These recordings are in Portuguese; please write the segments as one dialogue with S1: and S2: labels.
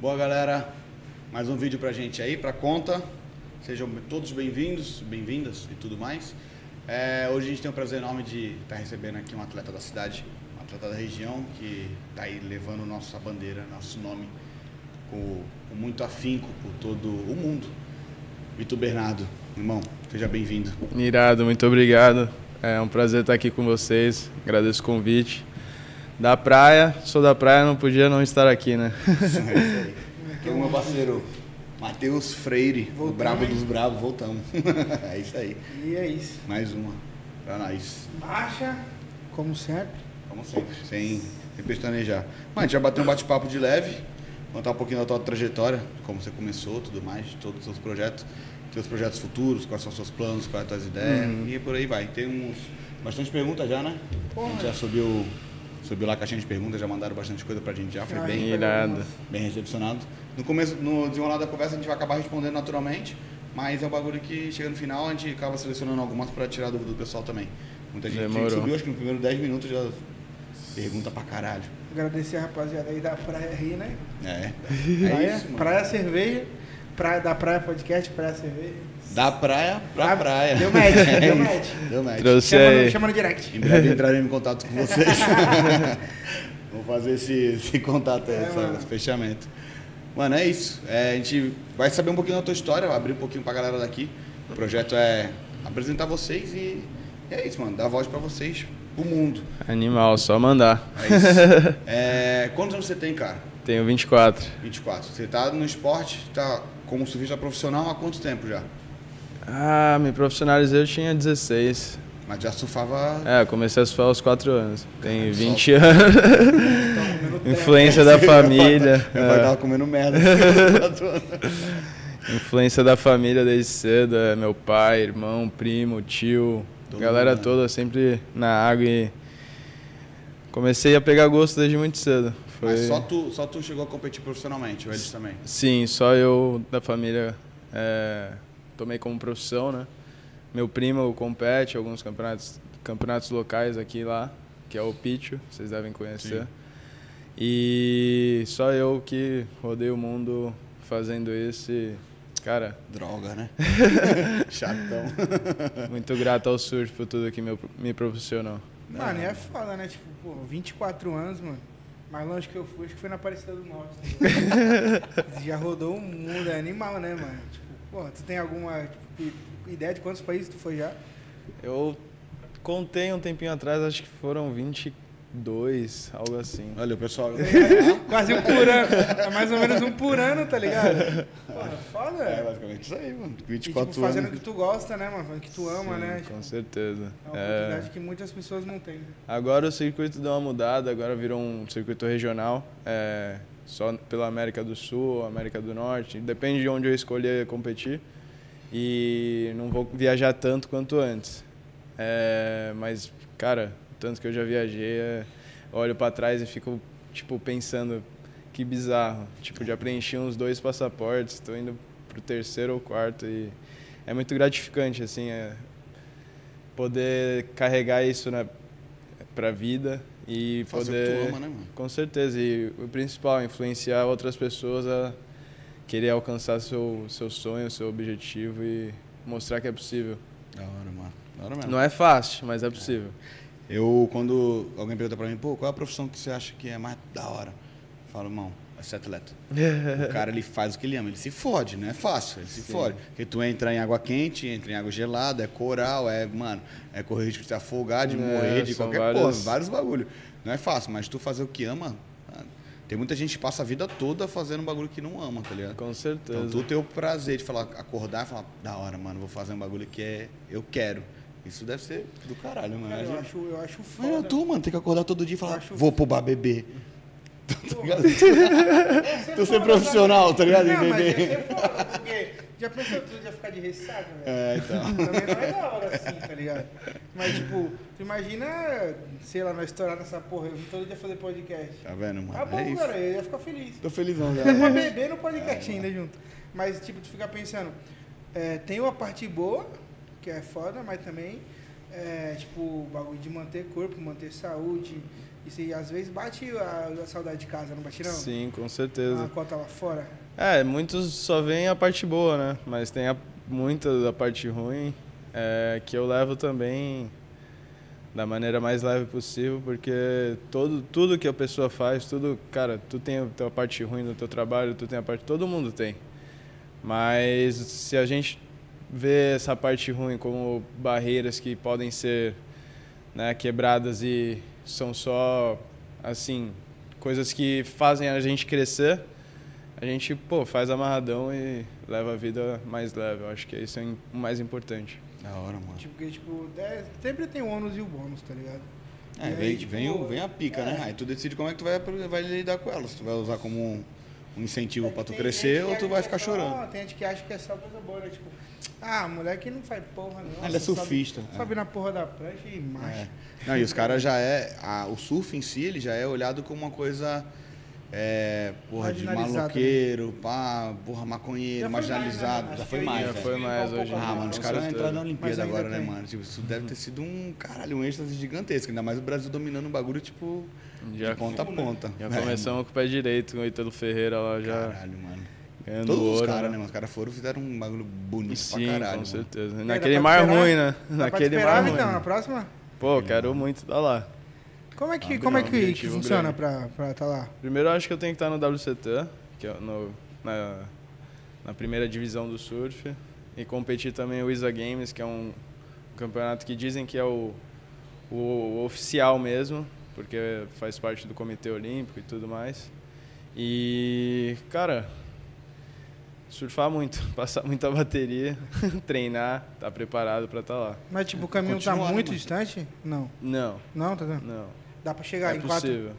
S1: Boa, galera. Mais um vídeo pra gente aí, pra conta. Sejam todos bem-vindos, bem-vindas e tudo mais. É, hoje a gente tem o prazer enorme de estar recebendo aqui um atleta da cidade, um atleta da região que está aí levando nossa bandeira, nosso nome com, com muito afinco por todo o mundo. Vitor Bernardo, irmão, seja bem-vindo.
S2: Irado, muito obrigado. É um prazer estar aqui com vocês. Agradeço o convite. Da praia, sou da praia, não podia não estar aqui, né?
S1: Aqui é o meu parceiro, Matheus Freire, o
S3: Voltamos,
S1: brabo
S3: hein?
S1: dos bravos, voltamos. é isso aí.
S3: E é isso.
S1: Mais uma pra nós.
S3: Baixa, como sempre.
S1: Como sempre, sem sem pestanejar. Mas a gente vai bater um bate-papo de leve, contar um pouquinho da tua trajetória, como você começou, tudo mais, de todos os seus projetos, seus projetos futuros, quais são os seus planos, quais são as tuas ideias, e por aí vai. Tem uns bastante perguntas já, né? A gente já subiu, subiu lá a caixinha de perguntas, já mandaram bastante coisa pra gente já, foi
S3: Ah,
S1: bem,
S2: Irado.
S1: bem recepcionado. No começo, no desenrolar da conversa, a gente vai acabar respondendo naturalmente, mas é um bagulho que chega no final, a gente acaba selecionando algumas para tirar dúvida do pessoal também. Muita gente
S2: Demorou.
S1: que subiu, acho que no primeiro 10 minutos já pergunta pra caralho.
S3: Agradecer a rapaziada aí da praia aí, né?
S1: É.
S3: praia,
S1: É isso, mano.
S3: praia cerveja. Praia da praia podcast, praia cerveja.
S1: Da praia pra
S3: Ah,
S1: praia.
S3: deu match,
S1: É
S3: deu
S1: isso,
S3: match.
S1: Deu match.
S2: Trouxe
S3: Chama no,
S2: aí.
S3: chama no
S1: Em
S3: direct.
S1: breve entraremos em contato com vocês. Vou fazer esse, esse contato, aí,
S3: É,
S1: essa-
S3: mano.
S1: esse fechamento. Mano, é isso. É, a gente vai saber um pouquinho da tua história, vai abrir um pouquinho pra galera daqui. O projeto é apresentar vocês e, e é isso, mano. Dar voz pra vocês, pro mundo.
S2: Animal, só mandar.
S1: É isso. É, quantos anos você tem, cara?
S2: Tenho 24.
S1: 24. Você tá no esporte, tá como surfista profissional há quanto tempo já?
S2: Ah, me profissionalizei, eu tinha 16.
S1: Mas já surfava
S2: É, eu comecei a surfar aos 4 anos. Tenho
S1: Caralho,
S2: 20 anos. Influência da família.
S1: Eu vai
S2: é.
S1: tava comendo merda.
S2: Influência da família desde cedo, é, meu pai, irmão, primo, tio,
S1: Todo
S2: galera
S1: mundo, né?
S2: toda sempre na água e comecei a pegar gosto desde muito cedo. Foi
S1: Mas só tu, só tu chegou a competir profissionalmente, ou eles também?
S2: Sim, só eu da família é, tomei como profissão, né? Meu primo compete alguns campeonatos, campeonatos locais aqui e lá, que é o Picho, vocês devem conhecer.
S1: Sim.
S2: E só eu que rodei o mundo fazendo isso. e, cara,
S1: Droga, né? Chatão.
S2: Muito grato ao surf por tudo que meu- me proporcionou.
S3: Mano, e é foda, né? Tipo, pô, 24 anos, mano. Mais longe que eu fui, acho que foi na Aparecida do Norte. tá ligado? Já rodou o mundo, é animal, né, mano? Tipo, pô, tu tem alguma tipo, ideia de quantos países tu foi já?
S2: Eu contei um tempinho atrás, acho que foram 22, algo assim.
S1: Olha, o pessoal.
S3: Quase um por ano. É mais ou menos um por ano, tá ligado? Pô, é foda.
S1: É basicamente isso aí, mano.
S3: E,
S1: 24
S3: tipo, fazendo o
S1: anos.
S3: que tu gosta, né, mano? Fazendo o que tu ama,
S2: Sim,
S3: né? Tipo,
S2: Com certeza.
S3: É uma
S2: É,
S3: oportunidade que muitas pessoas não têm.
S2: agora o circuito deu uma mudada, agora virou um circuito regional, é, só pela América do Sul, América do Norte, depende de onde eu escolher competir. E não vou viajar tanto quanto antes. É, mas, cara, o tanto que eu já viajei, é, olho pra trás e fico, tipo, pensando, que bizarro. Tipo, já preenchi uns dois passaportes, tô indo pro terceiro ou quarto e é muito gratificante, assim, é, poder carregar isso na, pra vida e
S1: Fazer o que
S2: poder...
S1: tu ama, né, mano?
S2: Com certeza, e o principal, influenciar outras pessoas a querer alcançar seu, seu sonho, seu objetivo e mostrar que é possível.
S1: Da hora, mano. Da hora mesmo.
S2: Não é fácil, mas é possível.
S1: Eu, quando alguém pergunta pra mim, pô, qual é a profissão que você acha que é mais da hora? Eu falo, irmão, é ser atleta. O cara, ele faz o que ele ama, ele se fode, não é fácil, ele se
S2: Sim.
S1: fode. Porque tu entra em água quente, entra em água gelada, é coral, é, mano, é correr risco de se afogar, de
S2: É,
S1: morrer, de
S2: são
S1: qualquer
S2: várias-
S1: porra, vários bagulho. Não é fácil, mas tu fazer o que ama, mano, tem muita gente que passa a vida toda fazendo um bagulho que não ama, tá ligado?
S2: Com
S1: Então
S2: certeza.
S1: tu tem o prazer de falar, acordar e falar, da hora, mano, vou fazer um bagulho que é, eu quero. Isso deve ser do caralho, mano.
S3: Cara,
S1: A
S3: eu
S1: gente-
S3: acho, eu acho
S1: mas não
S3: foda.
S1: tu, mano, tem que acordar todo dia e falar,
S3: Acho- Tá
S1: vou pro bar beber. Tá
S3: Pô,
S1: Tu ser profissional, tá ligado?
S3: é né? Não, mas ia
S1: Beber.
S3: ser foda, porque já pensou tu já ficar de ressaca, velho?
S1: É, então.
S3: Também não é da hora assim, tá ligado? Mas, tipo, tu imagina, sei lá, nós estourar nessa porra, eu vim todo dia fazer podcast.
S1: Tá vendo, mano?
S3: Tá bom,
S1: é isso.
S3: cara, eu ia ficar feliz.
S1: Tô felizão né? já.
S3: Pra beber no Tá podcast ainda junto. Mas, tipo, tu fica pensando, é, tem uma parte boa, que é foda, mas também é, tipo, o bagulho de manter corpo, manter saúde. E você, às vezes bate a, a saudade de casa, não bate não?
S2: Sim, com
S3: A
S2: certeza.
S3: cota lá fora.
S2: É, muitos só veem a parte boa, né? Mas tem a, muita da parte ruim é, que eu levo também da maneira mais leve possível, porque todo, tudo que a pessoa faz, tudo, cara, tu tem a tua parte ruim do teu trabalho, tu tem a parte, todo mundo tem. Mas se a gente vê essa parte ruim como barreiras que podem ser né, quebradas e são só assim coisas que fazem a gente crescer, a gente pô faz amarradão e leva a vida mais leve. Eu acho que isso é o mais importante.
S1: Da hora, mano.
S3: Tipo, porque, tipo, é- sempre tem o ônus e o bônus, tá ligado?
S1: É,
S3: E aí,
S1: vem,
S3: tipo,
S1: vem, o- vem a pica, né? Aí tu decide como é que tu vai, vai lidar com ela. Se tu vai usar como um, um incentivo pra tu
S3: Tem
S1: crescer
S3: gente
S1: ou
S3: que
S1: tu vai
S3: acha que
S1: ficar
S3: é só-
S1: chorando.
S3: Tem gente que acha que é só coisa boa, né? Tipo, ah, moleque não faz porra não.
S1: Ah, ele
S3: só
S1: é surfista.
S3: Sobe,
S1: É.
S3: sobe na porra da prancha e
S1: É.
S3: marcha.
S1: Não, e os caras já é. a- o surf em si, ele já é olhado como uma coisa. é, porra, de
S3: Marginalizado, né?
S1: maloqueiro, pá, porra, maconheiro,
S3: Já foi mais, né,
S1: marginalizado.
S3: mano?
S1: já
S3: Acho
S1: foi
S3: que é.
S1: mais,
S2: já
S1: né?
S2: foi mais hoje. em
S1: Ah,
S2: dia,
S1: mano, os
S2: com
S1: caras
S2: certeza.
S1: entraram na
S3: Mas
S1: Olimpíada
S3: ainda
S1: agora, né,
S3: tem.
S1: mano? Tipo, isso deve ter sido um, caralho, um êxtase gigantesco. Ainda mais o Brasil dominando o bagulho, tipo,
S2: Já-
S1: de ponta a ponta.
S2: Já
S1: né?
S2: começamos com o pé direito, com o Italo Ferreira lá já
S1: Caralho, mano.
S2: ganhando
S1: Todos os
S2: ouro.
S1: caras, né, mano? Os caras foram e fizeram um bagulho bonito
S2: Sim,
S1: pra caralho.
S2: com
S1: mano.
S2: certeza.
S3: dá
S2: Naquele
S3: tá pra
S2: mar
S3: esperar?
S2: ruim, né?
S3: Dá pra
S2: Naquele
S3: esperar,
S2: mar ruim.
S3: então, na próxima?
S2: Pô, quero muito estar lá.
S3: Como é que,
S1: Ah,
S3: como é
S2: não,
S3: que, que
S2: objetivo
S3: funciona
S2: grande.
S3: pra, pra tá lá?
S2: Primeiro eu acho que eu tenho que estar no WCT, que é no, na, na primeira divisão do surf. E competir também o ISA Games, que é um campeonato que dizem que é o, o, oficial mesmo, porque faz parte do Comitê Olímpico e tudo mais. E, cara, surfar muito, passar muita bateria, treinar, estar preparado para estar lá.
S3: Mas tipo, o caminho tá
S1: Continua, né,
S3: muito
S1: mano?
S3: distante? Não.
S2: Não,
S3: Não, tá vendo?
S2: não.
S3: Dá pra chegar
S2: é
S3: em quatro.
S2: possível.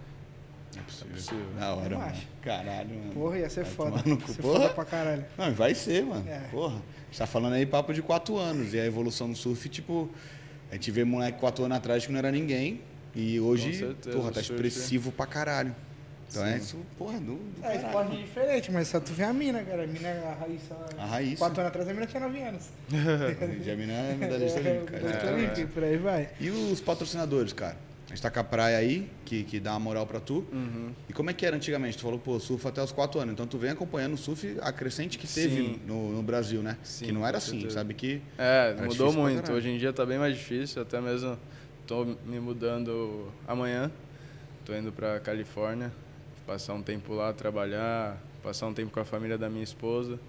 S1: É possível.
S2: É possível.
S1: Da hora,
S3: Eu
S1: mano.
S3: acho.
S1: Caralho, mano.
S3: Porra, ia ser
S1: Vai
S3: foda.
S1: tomar no cu,
S3: Ia ser
S1: porra.
S3: foda pra caralho.
S1: Não, e vai ser, mano.
S3: É.
S1: Porra. A gente tá falando aí papo de quatro anos. E a evolução do surf, tipo, a gente vê moleque quatro anos atrás que não era ninguém. E hoje,
S2: Com certeza,
S1: porra, tá
S2: o surf-
S1: expressivo pra caralho. Então é
S2: Sim.
S1: isso, porra, do, do
S3: É,
S1: caralho.
S3: esporte diferente, mas só tu vê a mina, cara. A mina, é a raiz.
S1: A raiz.
S3: Quatro anos atrás a mina tinha nove anos.
S1: Jamina é medalhista olímpica.
S3: medalhista
S1: exatamente.
S2: é.
S3: olímpica, e por aí vai.
S1: E os patrocinadores, cara? A gente tá com a praia aí, que, que dá uma moral pra tu.
S2: Uhum.
S1: E como é que era antigamente? Tu falou, pô, surf até os 4 anos. Então tu vem acompanhando o surf, a crescente que teve
S2: Sim.
S1: no, no Brasil, né?
S2: Sim,
S1: que não era
S2: com
S1: assim,
S2: certeza.
S1: sabe que.
S2: É,
S1: Era Tá difícil
S2: mudou
S1: pra
S2: muito.
S1: caralho.
S2: Hoje em dia tá bem mais difícil, até mesmo tô me mudando amanhã. Tô indo pra Califórnia, passar um tempo lá, trabalhar, passar um tempo com a família da minha esposa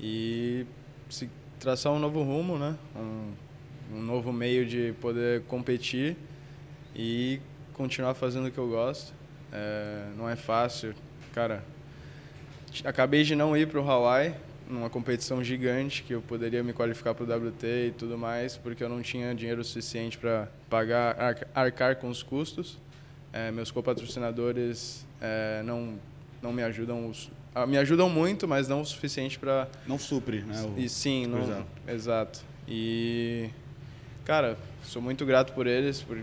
S2: e se traçar um novo rumo, né? Um, um novo meio de poder competir e continuar fazendo o que eu gosto. É, não é fácil, cara. t- Acabei de não ir para o Hawaii, numa competição gigante que eu poderia me qualificar para o WT e tudo mais, porque eu não tinha dinheiro suficiente para pagar, arca- arcar com os custos. É, meus copatrocinadores é, não não me ajudam, os- ah, me ajudam muito, mas não o suficiente para
S1: Não supre, né? o-
S2: e sim, não,
S1: Exato.
S2: exato. E cara, sou muito grato por eles, por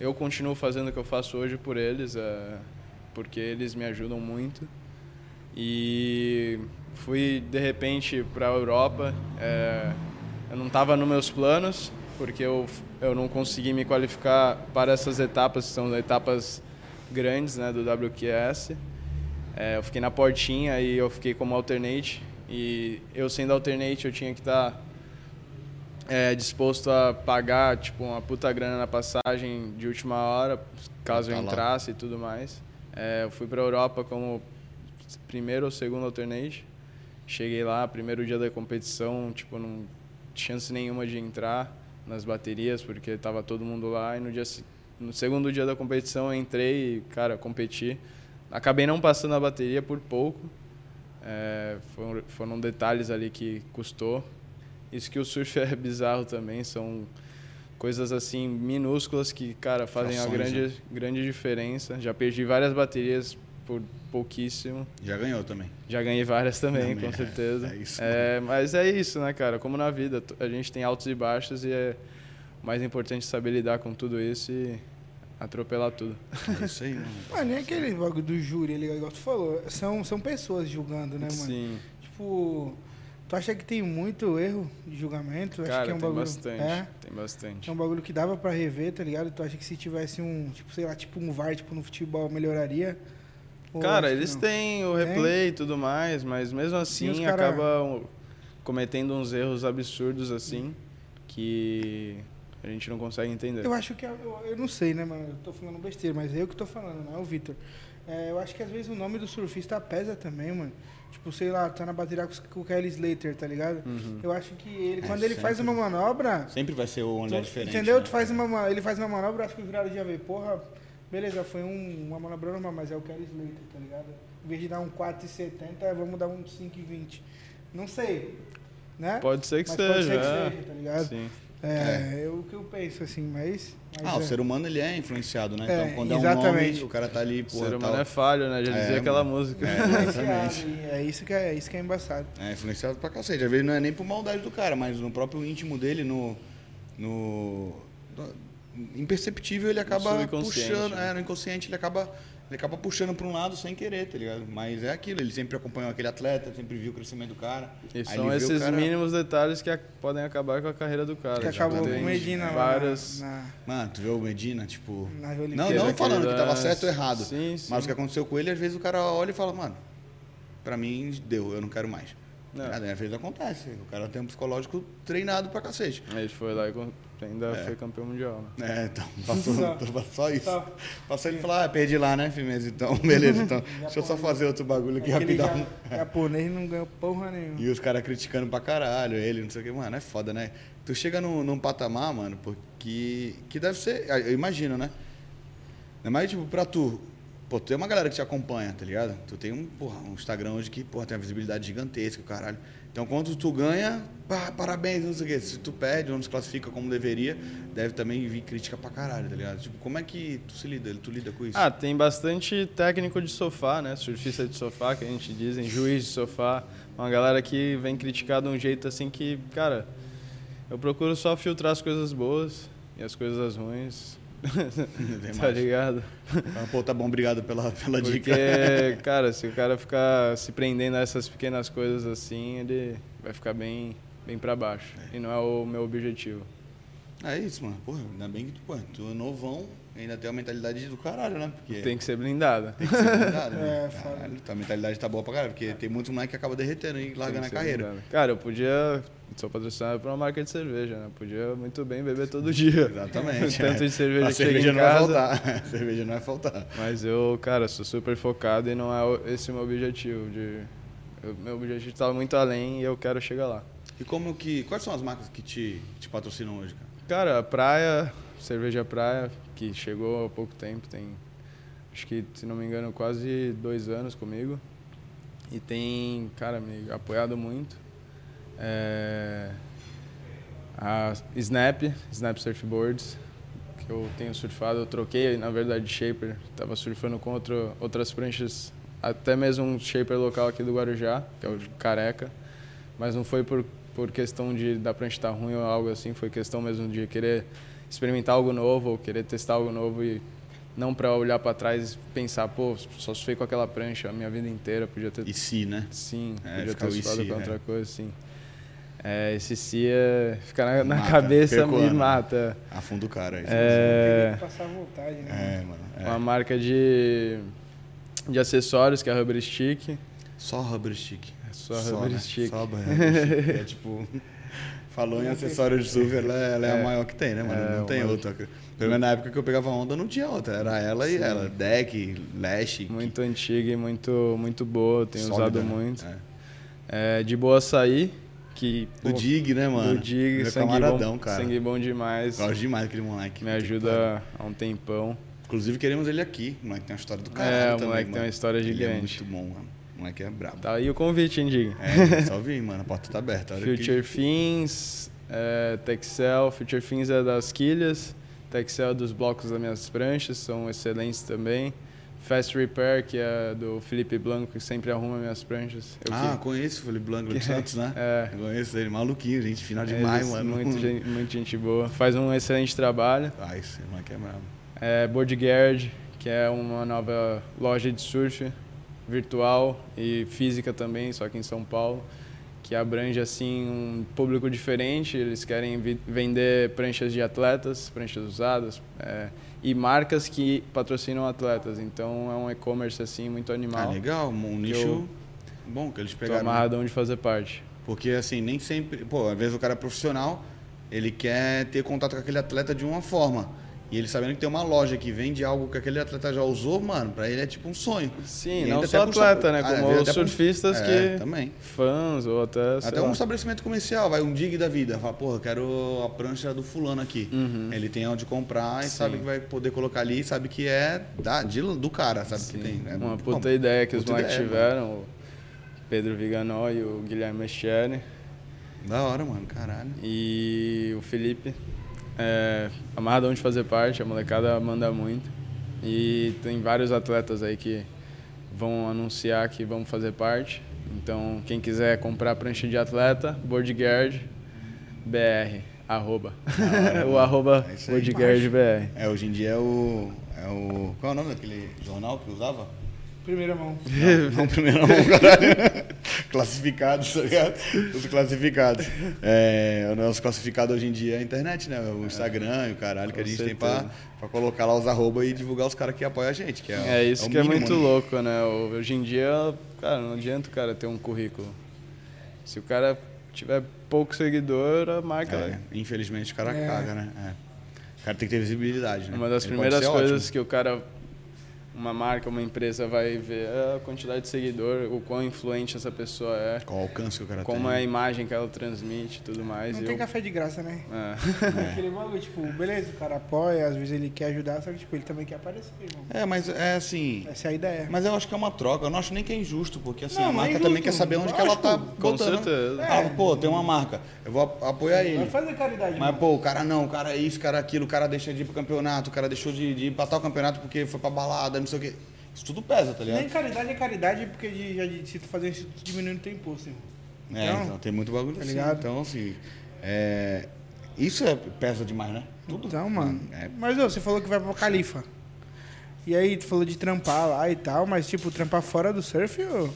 S2: eu continuo fazendo o que eu faço hoje por eles, é, porque eles me ajudam muito. E fui de repente para a Europa. é, eu não estava nos meus planos, porque eu, eu não consegui me qualificar para essas etapas, que são etapas grandes né, do WQS. É, eu fiquei na portinha e eu fiquei como alternate. E eu sendo alternate, eu tinha que estar disposto a pagar tipo, uma puta grana na passagem de última hora, caso
S1: Tá
S2: eu
S1: lá.
S2: entrasse e tudo mais. É, eu fui para a Europa como primeiro ou segundo alternate. Cheguei lá, primeiro dia da competição, tipo, não chance nenhuma de entrar nas baterias, porque tava todo mundo lá. E no, dia, se- no segundo dia da competição eu entrei e, cara, competi. Acabei não passando a bateria por pouco. É, foram, foram detalhes ali que custou. Isso que o surf é bizarro também, são coisas assim minúsculas que, cara, fazem a
S1: Frações,
S2: grande, grande diferença. Já perdi várias baterias por pouquíssimo.
S1: Já ganhou também.
S2: Já ganhei várias também,
S1: Também, é,
S2: com certeza.
S1: é isso,
S2: É, mas é isso, né, cara? Como na vida, t- a gente tem altos e baixos e é o mais importante é saber lidar com tudo isso e atropelar tudo.
S1: É isso aí, mano.
S3: Mano, nem aquele Né, bagulho do júri, ele, igual tu falou, são, são pessoas julgando, né, mano?
S2: Sim,
S3: Tipo, Tu acha que tem muito erro de julgamento? acha
S2: Cara,
S3: que é um
S2: tem
S3: bagulho.
S2: bastante.
S3: É?
S2: Tem bastante.
S3: É um bagulho que dava pra rever, tá ligado? Tu acha que se tivesse um, tipo, sei lá, tipo um VAR, tipo, no futebol, melhoraria? Ou acha
S2: Cara,
S3: que
S2: eles
S3: não?
S2: têm o
S3: né? Tem?
S2: replay e tudo mais, mas mesmo
S3: os
S2: assim
S3: cara-
S2: acabam cometendo uns erros absurdos assim que a gente não consegue entender.
S3: Eu acho que. é, Eu, eu não sei, né, mano? Eu tô falando besteira, mas é eu que tô falando, não é o Vitor. É, eu acho que às vezes o nome do surfista pesa também, mano. Tipo, sei lá, tá na bateria com, os- com o Kelly Slater, tá ligado?
S2: Hum. Uhum.
S3: Eu acho que ele,
S1: É,
S3: quando ele faz
S1: sempre.
S3: uma manobra.
S1: Sempre vai ser o
S3: tu-
S1: olhar diferente.
S3: Então, entendeu?
S1: né?
S3: Tu faz uma, ma- ele faz uma manobra, acho que o jurado já vê, porra, beleza, foi um- uma manobra normal, mas é o Kelly Slater, tá ligado? Em vez de dar um 4,70, vamos dar um 5,20. Não sei, né?
S2: Pode ser que
S3: Mas
S2: seja.
S3: pode ser que
S2: é.
S3: seja, tá ligado?
S2: Sim.
S3: É, é o que eu penso, assim, mas. mas
S1: Ah, o
S3: é.
S1: ser humano ele é influenciado, né?
S3: É,
S1: então quando é um
S3: exatamente.
S1: nome, o cara tá ali,
S2: O ser
S1: porra,
S2: humano
S1: tal.
S2: é falho, né? Já
S1: É,
S2: dizia aquela
S1: mano.
S2: música.
S1: É.
S3: Influenciado, e É isso que é, é isso que é embaçado.
S1: É influenciado pra cacete. Às vezes não é nem por maldade do cara, mas no próprio íntimo dele, no. no no- imperceptível, ele acaba
S2: subconsciente,
S1: puxando.
S2: né?
S1: É, no inconsciente, ele acaba. Ele acaba puxando pra um lado sem querer, tá ligado? Mas é aquilo, ele sempre acompanhou aquele atleta, sempre viu o crescimento do cara.
S2: E
S1: Aí
S2: são
S1: ele vê o
S2: esses
S1: cara-
S2: mínimos detalhes que a- podem acabar com a carreira do cara.
S3: que acabou com
S2: Tem
S3: o Medina lá
S2: várias...
S3: na,
S1: Mano, tu vê o Medina, tipo.
S3: na, nas
S1: Não,
S3: Olimpíadas.
S1: não
S2: Aquele
S1: falando que tava
S2: lance.
S1: certo ou errado.
S2: Sim, sim.
S1: Mas o que aconteceu com ele, às vezes o cara olha e fala, mano, pra mim deu, eu não quero mais.
S2: Não.
S1: Nada, às vezes acontece. O cara tem um psicológico treinado pra cacete.
S2: Ele foi lá e con- ainda
S1: É.
S2: foi campeão mundial. né?
S1: É, então, passou
S3: Só.
S1: só, só isso.
S3: Só.
S1: Passou ele e falou, ah, perdi lá, né, firmeza? Então, beleza, então. deixa eu só fazer outro bagulho aqui
S3: Aquele
S1: rapidão.
S3: ja- japonês não ganhou porra nenhuma.
S1: E os caras criticando pra caralho ele, não sei o que. Mano, é foda, né? Tu chega num, num patamar, mano, porque. Que deve ser. ah, Eu imagino, né? Ainda mais, tipo, pra tu. Pô, tu tem uma galera que te acompanha, tá ligado? Tu tem um, porra, um Instagram hoje que, porra, tem uma visibilidade gigantesca, caralho. Então, quando tu ganha, pá, parabéns, não sei o quê. Se tu perde, não se classifica como deveria, deve também vir crítica pra caralho, tá ligado? Tipo, como é que tu se lida? Tu lida com isso?
S2: Ah, tem bastante técnico de sofá, né? Surfista de sofá, que a gente dizem, juiz de sofá. Uma galera que vem criticar de um jeito assim que, cara, eu procuro só filtrar as coisas boas e as coisas ruins.
S1: Tem
S2: tá
S1: mais.
S2: ligado?
S1: Ah, Pô, tá bom, obrigado pela, pela dica.
S2: Porque, cara, se o cara ficar se prendendo a essas pequenas coisas assim, ele vai ficar bem, bem para baixo. E não é o meu objetivo.
S1: É isso, mano. Porra, ainda bem que tu, pô, tu é novão ainda tem uma mentalidade do caralho, né? Porque
S2: Tem que ser blindada.
S1: tem que ser blindado, né?
S3: É, foda.
S1: Caralho, tua mentalidade tá boa pra caralho, porque tem muitos moleque que acaba derretendo e largando a carreira.
S2: Cara, eu podia. Sou patrocinado por uma marca de cerveja, né? Podia muito bem beber todo dia. Um
S1: Exatamente.
S2: Tanto de
S1: é.
S2: cerveja
S1: a
S2: que chega
S1: cerveja
S2: em
S1: não vai
S2: casa.
S1: faltar. A cerveja não vai faltar.
S2: Mas eu, cara, sou super focado e não é o- esse o meu objetivo. De... eu- meu objetivo tá muito além e eu quero chegar lá.
S1: E como que. Quais são as marcas que te, te patrocinam hoje, cara?
S2: Cara, a praia, cerveja praia, que chegou há pouco tempo, tem acho que, se não me engano, quase dois anos comigo. E tem, cara, me apoiado muito. É, a Snap, Snap Surfboards, que eu tenho surfado, eu troquei, na verdade, de shaper. Tava surfando com outro, outras pranchas, até mesmo um shaper local aqui do Guarujá, que é o Careca. Mas não foi por, por questão de da prancha estar ruim ou algo assim, foi questão mesmo de querer experimentar algo novo, ou querer testar algo novo e não para olhar para trás e pensar, pô, só surfei com aquela prancha a minha vida inteira, podia ter
S1: E si, né?
S2: Sim,
S1: É,
S2: podia
S1: fica o
S2: ter estudado
S1: IC,
S2: com
S1: é.
S2: outra coisa, sim. É, esse CIA fica na, na
S1: Mata,
S2: cabeça,
S1: percoa,
S2: me
S1: né?
S2: mata.
S1: Afunda o cara. isso
S2: É,
S3: Tem que
S1: um
S3: passar vontade,
S1: mesmo.
S3: né?
S1: é mano. é.
S2: uma marca de, de acessórios, que é a Rubber Stick. É
S1: Só rubber stick.
S2: só, Rubber
S1: né?
S2: Stick.
S1: Só rubber stick. É tipo. Falou em acessório de surf, ela, é- ela é, a maior que tem, né, mano?
S2: É,
S1: não tem
S2: uma-
S1: outra. Pelo menos na época que eu pegava onda, não tinha outra. Era ela e ela. Deck, lash.
S2: Muito antiga e muito, muito boa, tenho usado muito.
S1: É.
S2: É, de boa açaí, que...
S1: Do Dig, né, mano?
S2: Do Dig,
S1: Meu
S2: sangue
S1: camaradão,
S2: bom,
S1: cara.
S2: sangue bom demais.
S1: Gosto demais daquele moleque. Tipo,
S2: Me ajuda há um tempão.
S1: Inclusive, queremos ele aqui. O moleque tem uma história do caralho
S2: É, o
S1: também,
S2: moleque
S1: mano.
S2: tem uma história
S1: Ele é
S2: gigante.
S1: muito bom, mano. O moleque é brabo.
S2: Tá aí o convite, hein, Dig?
S1: É, só vim, mano. A porta tá aberta. a hora que-
S2: Future Fins, é, Texel, Future Fins é das quilhas, Texel é dos blocos das minhas pranchas, são excelentes também. Fast Repair, que é do Felipe Blanco, que sempre arruma minhas pranchas. Eu
S1: Ah,
S2: que-
S1: conheço o Felipe Blanco de Santos, né?
S2: É.
S1: Eu Conheço ele, maluquinho, gente. Final demais,
S2: eles-
S1: mano.
S2: Muito, gen- muito gente boa. Faz um excelente trabalho.
S1: Ai, esse moleque é brabo.
S2: É, Boardguard, que é uma nova loja de surf virtual e física também, só que em São Paulo, que que abrange assim um público diferente. Eles querem vi- vender pranchas de atletas, pranchas usadas é, e marcas que patrocinam atletas. Então é um e-commerce assim muito
S1: Ah,
S2: animal.
S1: legal, um nicho
S2: eu-
S1: bom que eles
S2: Tô
S1: pegaram. né?
S2: amarradão de fazer parte.
S1: Porque assim, nem sempre. Pô, às vezes o cara é profissional, ele quer ter contato com aquele atleta de uma forma. E ele sabendo que tem uma loja que vende algo que aquele atleta já usou, mano, pra ele é tipo um sonho.
S2: Sim,
S1: E
S2: não
S1: ainda
S2: só
S1: até com
S2: atleta,
S1: sab-
S2: né?
S1: Ah,
S2: Como
S1: às vezes
S2: os
S1: até com-
S2: surfistas
S1: É,
S2: que
S1: também.
S2: fãs ou até, sei
S1: Até
S2: lá.
S1: um estabelecimento comercial, vai um dig da vida. Fala, porra, eu quero a prancha do fulano aqui. Ele tem onde comprar e
S2: Uhum. Sim.
S1: sabe que vai poder colocar ali e sabe que é da, de- do cara, sabe
S2: Sim,
S1: que tem. É
S2: uma
S1: muito
S2: puta
S1: bom.
S2: ideia que os
S1: Puta
S2: moleques
S1: ideia, né?
S2: tiveram, o Pedro Viganó e o Guilherme Echiane
S1: Da hora, mano, caralho.
S2: e o Felipe. É, amarradão de fazer parte, a molecada manda muito. E tem vários atletas aí que vão anunciar que vão fazer parte. Então, quem quiser comprar prancha de atleta, boardguard BR, arroba. o arroba
S1: É isso aí.
S2: boardguard BR.
S1: É, hoje em dia é o. É o. Qual é o nome daquele jornal que usava?
S3: Primeira mão.
S1: Não, não primeira mão, caralho. classificados, tá ligado? Os classificados. É, o nosso classificado hoje em dia é a internet, né? O Instagram e o caralho que a
S2: Com
S1: gente tem
S2: certeza.
S1: pra, pra colocar lá os arroba e divulgar os caras que apoiam a gente. Que é, o-
S2: É isso
S1: o
S2: que é
S1: mínimo,
S2: muito
S1: né?
S2: louco, né? Hoje em dia, cara, não adianta o cara ter um currículo. Se o cara tiver pouco seguidor, a marca.
S1: É, infelizmente o cara
S3: É.
S1: caga, né? É. O cara tem que ter visibilidade, né?
S2: É Uma das
S1: Ele pode
S2: primeiras
S1: ser
S2: coisas
S1: ótimo.
S2: que o cara, uma marca, uma empresa vai ver é a quantidade de seguidor, o quão influente essa pessoa é,
S1: Qual o alcance que o cara
S2: como é a
S1: tem. né?
S2: imagem que ela transmite e tudo mais.
S3: Não
S2: e
S3: tem
S2: eu-
S3: café de graça, né?
S2: É.
S3: Aquele bagulho, tipo, beleza, o cara apoia, às vezes ele quer ajudar, só que tipo, ele também quer aparecer, irmão.
S1: É, mas é assim.
S3: Essa é a ideia.
S1: Mas eu acho que é uma troca. Eu não acho nem que é injusto, porque assim,
S3: Não,
S1: a
S3: não é
S1: marca
S3: injusto.
S1: também quer saber onde que ela tá
S3: Lógico.
S2: Com
S1: botando.
S2: certeza.
S1: Ah, pô, tem uma marca. Eu vou ap- apoiar ele.
S3: Vai fazer caridade,
S1: Mas,
S3: mano.
S1: pô, o cara não, o cara é isso, o cara é aquilo, o cara deixa de ir pro campeonato, o cara deixou de, de ir pra tal campeonato porque foi pra balada, não sei o quê. Isso tudo pesa, tá
S3: Nem
S1: ligado?
S3: caridade é caridade, porque de, já de, se tu fazer isso, tu diminui o teu imposto, irmão.
S1: É, então, tem muito bagulho,
S3: tá
S1: assim.
S3: ligado?
S1: Então, assim, é, isso é, pesa demais, né? Tudo.
S3: Então, mano.
S1: É,
S3: Mas ô, você falou que vai pro Califa. E aí, tu falou de trampar lá e tal, mas tipo, trampar fora do surf, ô?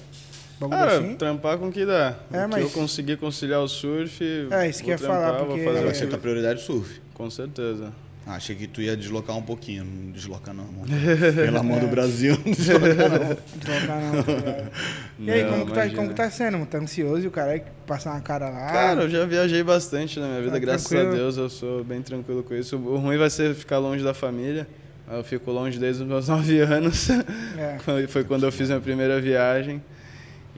S3: Bagulho
S2: Cara,
S3: assim?
S2: trampar com o que dá.
S3: É,
S2: o que
S3: mas-
S2: eu conseguir conciliar o surf,
S3: É, isso
S2: vou
S3: que eu ia
S2: trampar,
S3: falar,
S2: vou
S3: porque-
S1: agora
S2: fazer
S1: você
S2: o
S1: tá
S2: que-
S1: prioridade surf.
S2: Com certeza.
S1: Ah, achei que tu ia deslocar um pouquinho, não desloca não, amor. Pelo amor
S3: É.
S1: do Brasil, não desloca não.
S3: Trocar não, tá ligado? E aí,
S2: Não,
S3: como, que tá,
S2: imagina.
S3: como que tá sendo? mano? Tá ansioso e o cara passar uma cara lá?
S2: Cara, eu já viajei bastante na minha vida,
S3: Tá
S2: graças a
S3: tranquilo?
S2: Deus eu sou bem tranquilo com isso. O ruim vai ser ficar longe da família. Eu fico longe desde os meus 9 anos.
S3: É.
S2: Quando- Foi quando eu fiz minha primeira viagem.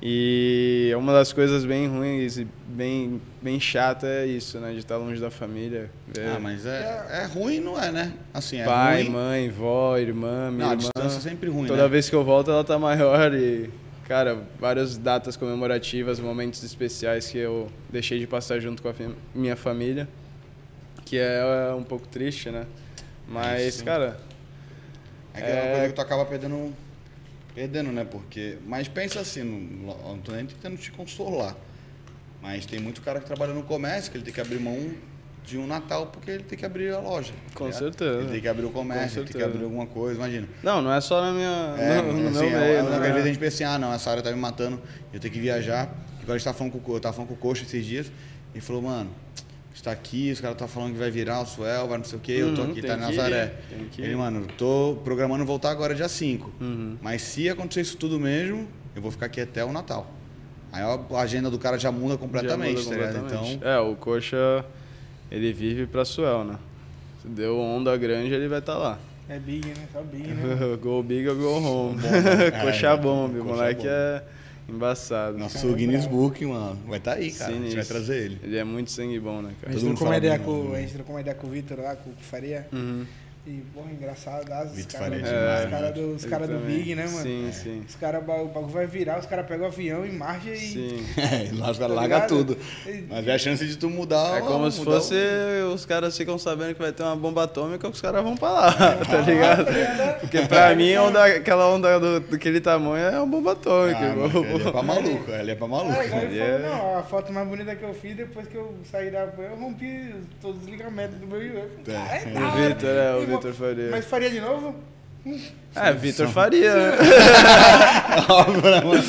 S2: E uma das coisas bem ruins e bem, bem chata é isso, né? De estar longe da família. ver
S1: Ah, mas é, é ruim, não é, né? Assim, é
S2: pai,
S1: ruim.
S2: mãe, vó, irmã, minha
S1: Não, a
S2: irmã.
S1: distância é sempre ruim,
S2: Toda
S1: né?
S2: vez que eu volto ela tá maior e, cara, várias datas comemorativas, momentos especiais que eu deixei de passar junto com a fam- minha família, que é, é, um pouco triste, né? Mas,
S1: Sim.
S2: cara,
S1: É aquela
S2: É.
S1: coisa que tu acaba perdendo. um, Perdendo, né? Porque. Mas pensa assim, não, não tô nem tentando te consolar. Mas tem muito cara que trabalha no comércio, que ele tem que abrir mão de um Natal porque ele tem que abrir a loja. tá
S2: Com
S1: ligado?
S2: certeza.
S1: Ele tem que abrir o comércio,
S2: Com
S1: ele tem que
S2: certeza.
S1: abrir alguma coisa, imagina.
S2: não, não é só na minha,
S1: É,
S2: no, no
S1: assim,
S2: meu
S1: é,
S2: meio,
S1: é,
S2: né?
S1: às vezes a gente pensa assim, ah não, essa área tá me matando, eu tenho que viajar. Igual a gente tá falando com, o Co- eu tava falando com o Coxa esses dias, ele falou, mano, está aqui, os caras tá falando que vai virar o Suel, vai não sei o quê, eu tô
S2: Uhum,
S1: aqui,
S2: tem
S1: tá em
S2: que
S1: Nazaré.
S2: ir, tem que ir.
S1: Ele, mano, tô programando voltar agora dia 5.
S2: Uhum.
S1: Mas se acontecer isso tudo mesmo, eu vou ficar aqui até o Natal. Aí a agenda do cara já muda completamente,
S2: Já
S1: tá
S2: muda
S1: ligado?
S2: completamente.
S1: Então.
S2: É, o Coxa, ele vive pra Suel, né? Se deu onda grande, ele vai estar tá lá.
S3: É big, né? Tá big, né?
S2: go big or go home.
S1: né?
S2: Coxa
S1: É,
S2: bombe, o
S1: coxa
S2: moleque
S1: bombe.
S2: é embaçado.
S1: Nosso Guinness Book, mano, vai tá aí, cara. A gente vai
S2: Sinistro.
S1: trazer ele.
S2: Ele é muito sangue bom, né,
S3: A
S1: Todo
S2: cara?
S3: gente
S1: mundo
S3: trocou uma
S1: fala
S3: ideia
S1: bem,
S3: com,
S1: né?
S3: a gente trocou uma ideia com o Vitor lá, com o Faria.
S2: Uhum.
S3: E, porra, engraçado, as- os
S1: Vitor
S3: caras
S1: Faria é demais,
S3: os cara do, os
S2: Ele
S3: cara do
S2: também.
S3: Big, né, mano?
S2: Uhum. Sim, sim.
S3: Os caras, o bagulho vai virar, os caras pegam o avião e marcha e.
S2: Sim.
S1: É, lá os
S3: tá
S1: caras largam
S3: ligado?
S1: tudo.
S3: E-
S1: Mas é a chance de tu mudar.
S2: É como se
S1: mudar o-
S2: fosse os caras ficam sabendo que vai ter uma bomba atômica, os caras vão pra lá, tá ligado? Porque pra mim, onda, aquela onda do, daquele tamanho é uma bomba atômica.
S1: Ah, mas
S2: igual-
S1: ele é pra maluco, ele é pra maluco.
S3: É, igual ele
S2: Yeah.
S3: falou, não, a foto mais bonita que eu fiz depois que eu saí da banha, eu rompi todos os ligamentos do meu joelho. Eu falei,
S1: É.
S3: "Caralho,
S1: O
S3: da hora."
S2: Vitor, é, o
S3: Irmão,
S2: Vitor faria.
S3: Mas faria de novo?
S2: É, Vitor Faria.
S1: Obra, mano.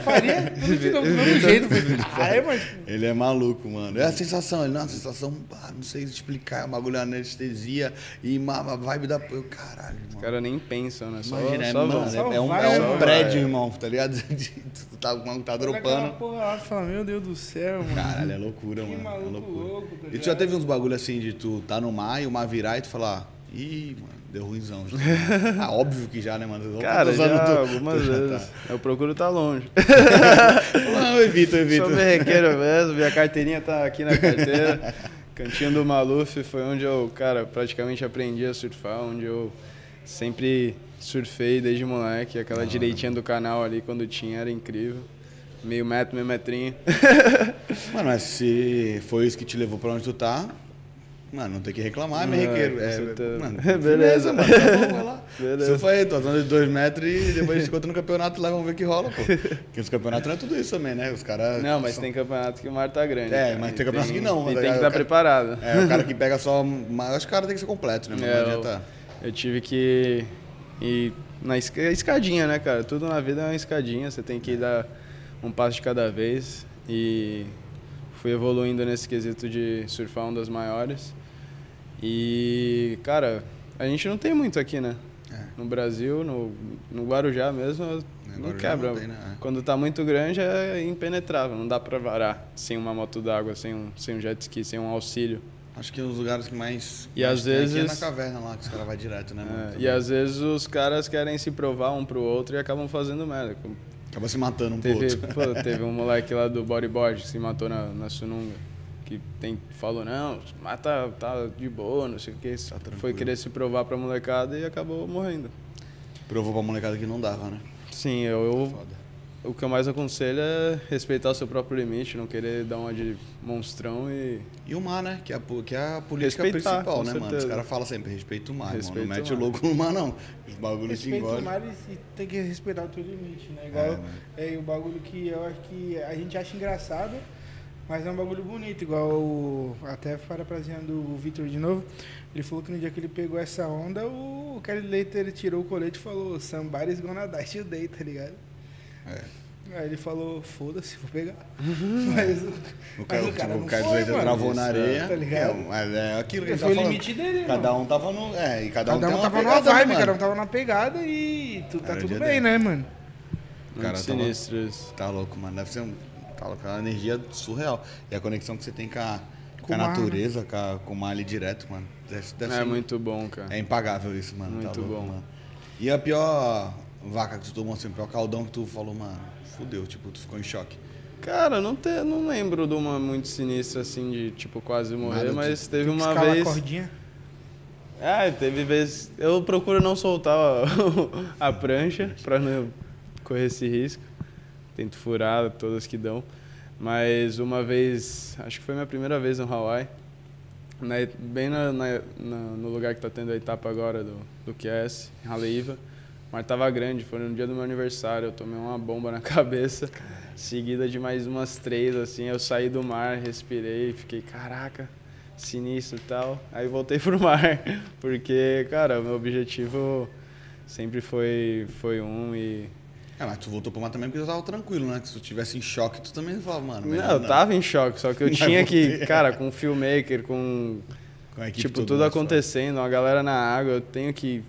S3: faria, tudo de novo, do mesmo
S1: Vitor-
S3: jeito.
S1: Vitor
S3: Ah, é, mas
S1: Ele é maluco, mano. É a sensação, ele não, a sensação, pá, não sei explicar, é um bagulho de anestesia e ma- a vibe da. Eu, caralho,
S2: Os
S1: mano.
S2: caras nem pensam, né? Só,
S1: Imagina, é,
S2: só
S1: mano,
S2: vão.
S3: só
S1: é, é um,
S3: vai, é
S1: é um
S2: mano.
S1: prédio, irmão, tá ligado? tu tá, tá dropando.
S3: aquela porra lá, você fala, meu Deus do céu, mano.
S1: Caralho, é loucura,
S3: Que
S1: mano.
S3: maluco
S1: é loucura.
S3: louco, tá
S1: e tu já
S3: ligado?
S1: teve uns bagulho assim de tu tá no mar e o mar virar e tu falar, ih, mano, deu ruimzão. ah, óbvio que já, né, mano?
S2: Cara,
S1: Quantos anos
S2: já,
S1: tu-
S2: algumas
S1: tu já tá?
S2: vezes. Eu procuro estar longe.
S1: Não, eu evito, eu evito.
S2: Sou merrequeiro mesmo, minha carteirinha tá aqui na carteira. Cantinho do Maluf foi onde eu, cara, praticamente aprendi a surfar, onde eu sempre surfei desde moleque.
S1: Ah.
S2: Aquela direitinha do canal ali, quando tinha, era incrível. Meio metro, meio metrinho.
S1: Mano, mas se foi isso que te levou pra onde tu tá, mano, não tem que reclamar,
S2: Não,
S1: merrequeiro.
S2: com
S1: É,
S2: certeza.
S1: mano,
S2: Beleza.
S1: beleza, mano, tá bom, vai lá.
S2: Beleza.
S1: Surfa aí, tua zona de dois metros e depois se encontra no campeonato lá, vamos ver o que rola, pô. Porque os campeonatos não é tudo isso também, né? Os caras...
S2: Não, mas
S1: são-
S2: tem campeonato que o mar tá grande.
S1: É,
S2: cara,
S1: mas
S2: e
S1: tem campeonato que não,
S2: E
S1: tá
S2: tem que
S1: ligado?
S2: estar
S1: O cara-
S2: preparado.
S1: É, o cara que pega só... um, Mas eu acho que o cara tem que ser completo, né? mano?
S2: É,
S1: Não adianta...
S2: Eu tive que ir na esca- escadinha, né, cara? Tudo na vida é uma escadinha, você tem que
S1: É.
S2: dar um passo de cada vez. E fui evoluindo nesse quesito de surfar ondas maiores. E, cara, a gente não tem muito aqui, né?
S1: É.
S2: No Brasil, no, no Guarujá mesmo, não
S1: Guarujá
S2: quebra.
S1: não tem, né? É.
S2: Quando tá muito grande é impenetrável, não dá pra varar sem uma moto d'água, sem um, sem um jet ski, sem um auxílio.
S1: Acho que os lugares que mais...
S2: E
S1: mais
S2: às
S1: tem aqui é na
S2: vezes-
S1: caverna lá, que os caras vão direto, né, mano?
S2: É, e às vezes os caras querem se provar um pro outro e acabam fazendo merda. Como
S1: Acaba se matando um pouco.
S2: Teve, pô, teve um moleque lá do bodyboard que se matou na, na Sununga. Que tem, falou, não, mata, tá de boa, não sei o que. foi
S1: tranquilo.
S2: querer se provar pra molecada e acabou morrendo.
S1: Provou pra molecada que não dava, né?
S2: Sim, eu, eu-
S1: Foda.
S2: o que eu mais aconselho é respeitar o seu próprio limite, não querer dar uma de monstrão e
S1: E o mar, né? Que é a, po- que é a política
S2: Respeitar,
S1: principal,
S2: com
S1: né, mano? Os
S2: certeza.
S1: caras falam sempre, respeita o mar, mano.
S2: Respeita
S1: Não
S2: o
S1: mete o
S2: mar.
S1: louco no mar, não. Os bagulhos te
S3: Respeita o
S1: engolem.
S3: mar e e tem que respeitar o teu limite, né? Igual
S1: mano.
S3: é, o bagulho que eu acho que a gente acha engraçado, mas é um bagulho bonito, igual o, até parafraseando o Vitor de novo, ele falou que no dia que ele pegou essa onda, o Kelly Leiter tirou o colete e falou, somebody's gonna die today, tá ligado?
S1: É.
S3: Aí ele falou, foda-se, vou pegar. mas, o-
S1: O
S3: mas
S1: cara,
S3: o cara
S1: o
S3: não
S1: cara
S3: foi,
S1: já
S3: mano.
S1: travou na
S2: Uhum. Isso,
S1: areia.
S3: tá ligado?
S1: É, mas é aquilo que a gente
S3: Foi o
S1: tá falando.
S3: limite dele,
S1: Cada
S3: mano.
S1: um tava no. É, e cada um,
S3: Cada
S1: tem
S3: um
S1: uma
S3: tava numa
S1: pegada,
S3: vibe,
S1: mano.
S3: cada um tava numa pegada e tu tá
S1: Era o
S3: tudo
S1: dia
S3: bem,
S1: dele.
S3: né, mano?
S2: muito
S1: Cara, tava-
S2: sinistro isso.
S1: Tá louco, mano. Deve ser um. Tá louco, é uma energia surreal. E a conexão que você tem com a, com
S3: Com
S1: a
S3: o mar,
S1: natureza, com, a- com o mar ali direto, mano. Deve, deve
S2: É
S1: ser
S2: muito bom, cara.
S1: É impagável isso, mano. tá
S2: Muito
S1: louco,
S2: bom.
S1: Mano. E a pior vaca que tu tomou, assim, o pior caldão que tu falou, mano, fudeu, tipo, tu ficou em choque.
S2: Cara, não, te, não lembro de uma muito sinistra assim, de tipo quase morrer,
S1: Nada
S2: mas teve uma
S3: Escala a
S2: vez.
S3: cordinha.
S2: Ah, teve vezes. Eu procuro não soltar a, a prancha pra não correr esse risco. Tento furar todas que dão. Mas uma vez, acho que foi minha primeira vez no Hawaii, na- bem na- na- na- no lugar que tá tendo a etapa agora do, do QS, em Haleiva. O mar tava grande, foi no dia do meu aniversário, eu tomei uma bomba na cabeça, seguida de mais umas três, assim, eu saí do mar, respirei, fiquei, caraca, sinistro e tal. Aí voltei pro mar, porque, cara, o meu objetivo sempre foi, foi um e
S1: É, mas tu voltou pro mar também porque tu tava tranquilo, né? Que se tu tivesse em choque, tu também falava, mano. melhor
S2: Não, tá, eu tava em choque, só que eu
S1: Mas
S2: tinha que,
S1: voltei.
S2: cara, com o filmmaker, com
S1: Com a equipe
S2: tipo
S1: toda,
S2: tudo
S1: né,
S2: acontecendo, a galera na água, eu tenho que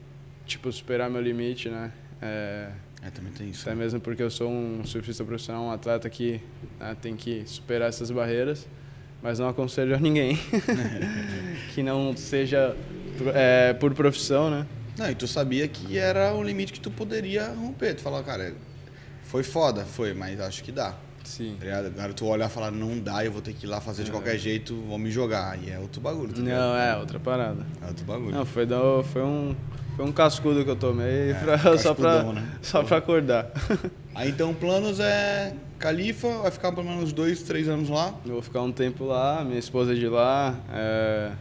S2: tipo superar meu limite, né? É,
S1: só. É, também tem isso.
S2: até mesmo porque eu sou um surfista profissional, um atleta que né, tem que superar essas barreiras, mas não aconselho a ninguém que não seja é, por profissão, né?
S1: Não, e tu sabia que era o limite que tu poderia romper. Tu falava, cara, foi foda, foi, mas acho que dá.
S2: Sim.
S1: Tá ligado? Agora tu olhar e falar, não dá, eu vou ter que ir lá fazer de qualquer jeito, vão me jogar. E é outro bagulho, tá ligado?
S2: É. Não, é outra parada.
S1: É outro bagulho.
S2: Não, foi, da- foi um foi um cascudo que eu tomei pra- só pra
S1: É, cascudão, né?
S2: só para acordar.
S1: Aí então planos é Califa, vai ficar pelo menos dois, três anos lá.
S2: Eu vou ficar um tempo lá, minha esposa é de lá. é,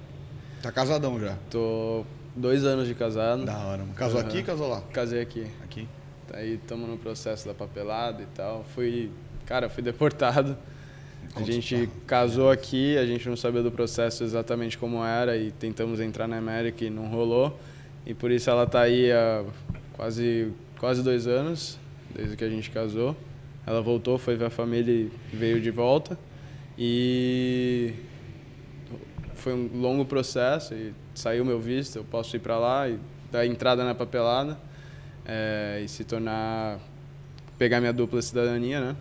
S1: Tá casadão já.
S2: tô dois anos de casado.
S1: Da hora, mano. Casou aqui, casou lá?
S2: Casei aqui.
S1: Aqui.
S2: Aí estamos no processo da papelada e tal. Fui. Cara, fui deportado. A
S1: Conta
S2: gente casou aqui, a gente não sabia do processo exatamente como era e tentamos entrar na América e não rolou. E por isso ela tá aí há quase, quase dois anos, desde que a gente casou. Ela voltou, foi ver a família e veio de volta. E foi um longo processo e saiu meu visto, eu posso ir para lá e dar entrada na papelada é, e se tornar pegar minha dupla cidadania, né?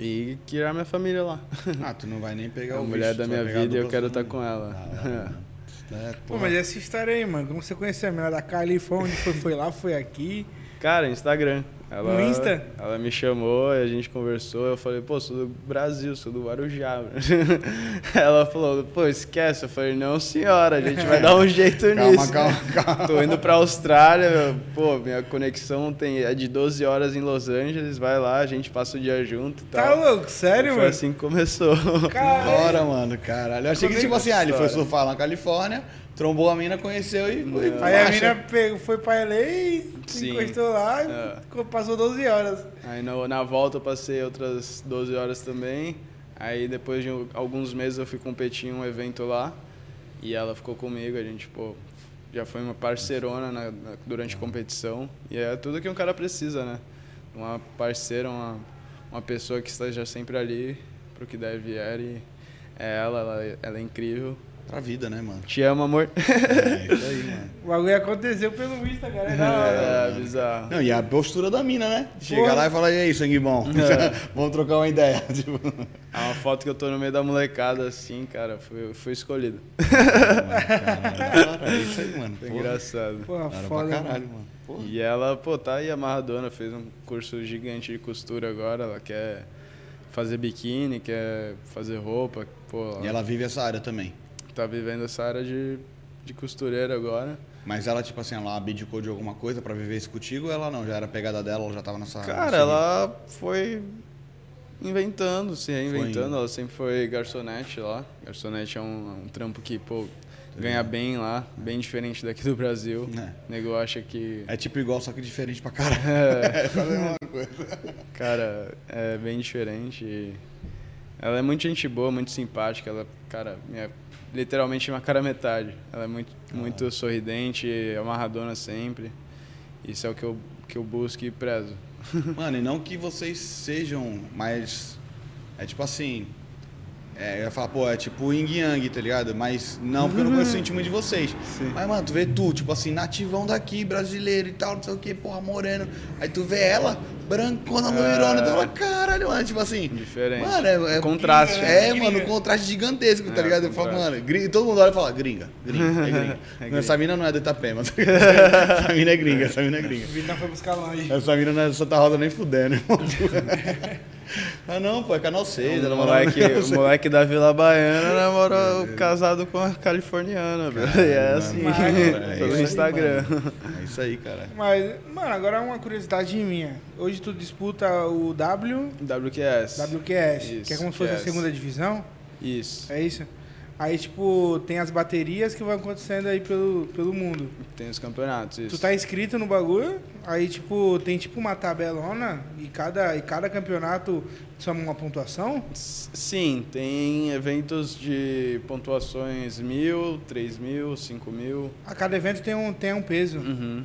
S2: E criar minha família lá.
S1: Ah, tu não vai nem pegar
S2: a
S1: o
S2: mulher
S1: bicho,
S2: da
S1: tu
S2: minha
S1: vai pegar a
S2: vida e eu
S1: dupla um.
S2: quero estar
S1: sua.
S2: com ela.
S1: Ah, é,
S3: Pô,
S1: porra.
S3: mas essa história aí, mano, como você conheceu a menina da Cali? Foi onde foi, foi lá, foi aqui.
S2: Cara, Instagram. Ela,
S3: No Insta?
S2: Ela me chamou, a gente conversou, eu falei, pô, sou do Brasil, sou do Guarujá. ela falou, pô, esquece. Eu falei, não senhora, a gente vai dar um jeito
S1: Calma,
S2: nisso.
S1: calma, calma.
S2: Tô indo pra Austrália, meu. pô, minha conexão tem, é de 12 horas em Los Angeles, vai lá, a gente passa o dia junto e
S3: Tá,
S2: tal.
S3: louco? Sério,
S2: Foi
S3: mano?
S2: assim que começou.
S3: Caralho.
S1: Bora, mano, caralho. Eu achei que, tipo assim, ah, ele foi surfar lá na Califórnia, trombou a mina, conheceu e foi.
S2: Não.
S1: foi
S3: Aí a
S1: marcha.
S3: mina pegou, foi pra LA e
S2: Sim.
S3: encostou lá e
S2: É.
S3: ficou- passou 12 horas.
S2: Aí na, na volta eu passei outras 12 horas também. Aí depois de um- alguns meses eu fui competir em um evento lá e ela ficou comigo, a gente, pô, já foi uma parceirona na- na- durante a competição. E é tudo que um cara precisa, né? Uma parceira, uma, uma pessoa que esteja sempre ali pro que der e vier. E é ela, ela, ela é incrível.
S1: Pra vida, né, mano?
S2: Te amo, amor.
S1: É isso aí, mano.
S3: O bagulho aconteceu pelo Insta, cara. É da hora.
S2: É, bizarro.
S1: Não, e a postura da mina, né? Chega
S3: Porra.
S1: lá e fala, e aí, sangue bom? Vamos trocar uma ideia. Tipo,
S2: É uma foto que eu tô no meio da molecada assim, cara, fui, fui escolhido.
S1: caralho, é isso aí, mano.
S2: Foi
S1: Porra.
S2: engraçado.
S3: Porra,
S1: Cara,
S3: foda.
S1: pra
S3: mano.
S1: caralho, mano. Porra.
S2: E ela, pô, tá aí amarradona, fez um curso gigante de costura agora, ela quer fazer biquíni, quer fazer roupa, pô,
S1: E ela vive essa área também.
S2: tá vivendo essa área de, de costureira agora.
S1: Mas ela, tipo assim, ela abdicou de alguma coisa pra viver isso contigo ou ela não? Já era pegada dela, ela já tava nessa. nesse-
S2: Cara, ela foi inventando, se reinventando,
S1: Foi.
S2: ela sempre foi garçonete lá, garçonete é um, um trampo que, pô, ganha bem lá, bem diferente daqui do Brasil,
S1: É.
S2: o nego acha que...
S1: É tipo igual, só que diferente pra caralho.
S2: É.
S1: Fazer uma coisa.
S2: Cara, é bem diferente. e Ela é muito gente boa, muito simpática. Ela, cara, minha, literalmente uma cara metade. Ela é muito,
S1: Ah.
S2: muito sorridente, amarradona sempre. Isso é o que eu, que eu busco e prezo.
S1: Mano, e não que vocês sejam, mas. É tipo assim. É, eu ia falar, pô, é tipo Ying Yang, tá ligado? Mas não, porque eu não conheço o íntimo de vocês.
S2: Uhum. Sim.
S1: Mas, mano, tu vê tu, tipo assim, nativão daqui, brasileiro e tal, não sei o que, porra, moreno. Aí tu vê ela, brancona, loirona, tu fala, caralho, mano, tipo assim.
S2: É. Diferente.
S1: Mano, é, é
S2: Contraste, né?
S1: É, mano, um contraste gigantesco, tá
S2: É,
S1: ligado? Eu falo,
S2: contraste.
S1: mano, gringa, todo mundo olha e fala, gringa, gringa, é gringa.
S2: É
S1: Não, Essa mina não é do Itapema, tá ligado? essa mina é gringa, essa mina é gringa.
S3: O Vitor foi buscar longe.
S1: Essa mina não é de Santa Rosa nem fudendo, irmão. ah, não, pô, é canal 6,
S2: O
S1: ela mora
S2: um moleque, o moleque da Vila Baiana namorou casado com uma californiana, velho. E é assim,
S3: mano, é
S1: isso
S2: pelo
S1: aí,
S2: Instagram.
S1: É isso aí, cara.
S3: Mas, mano, agora é uma curiosidade minha. Hoje tu disputa o W,
S2: WQS.
S3: WQS, que é
S2: Isso,
S3: como se fosse a
S2: QS.
S3: segunda divisão,
S2: Isso.
S3: é isso? Aí, tipo, tem as baterias que vão acontecendo aí pelo, pelo mundo.
S2: Tem os campeonatos, isso.
S3: Tu tá inscrito no bagulho, aí, tipo, tem tipo uma tabelona e cada, e cada campeonato soma uma pontuação?
S2: S- Sim, tem eventos de pontuações mil, três mil, cinco mil.
S3: A cada evento tem um, tem um peso.
S2: Uhum,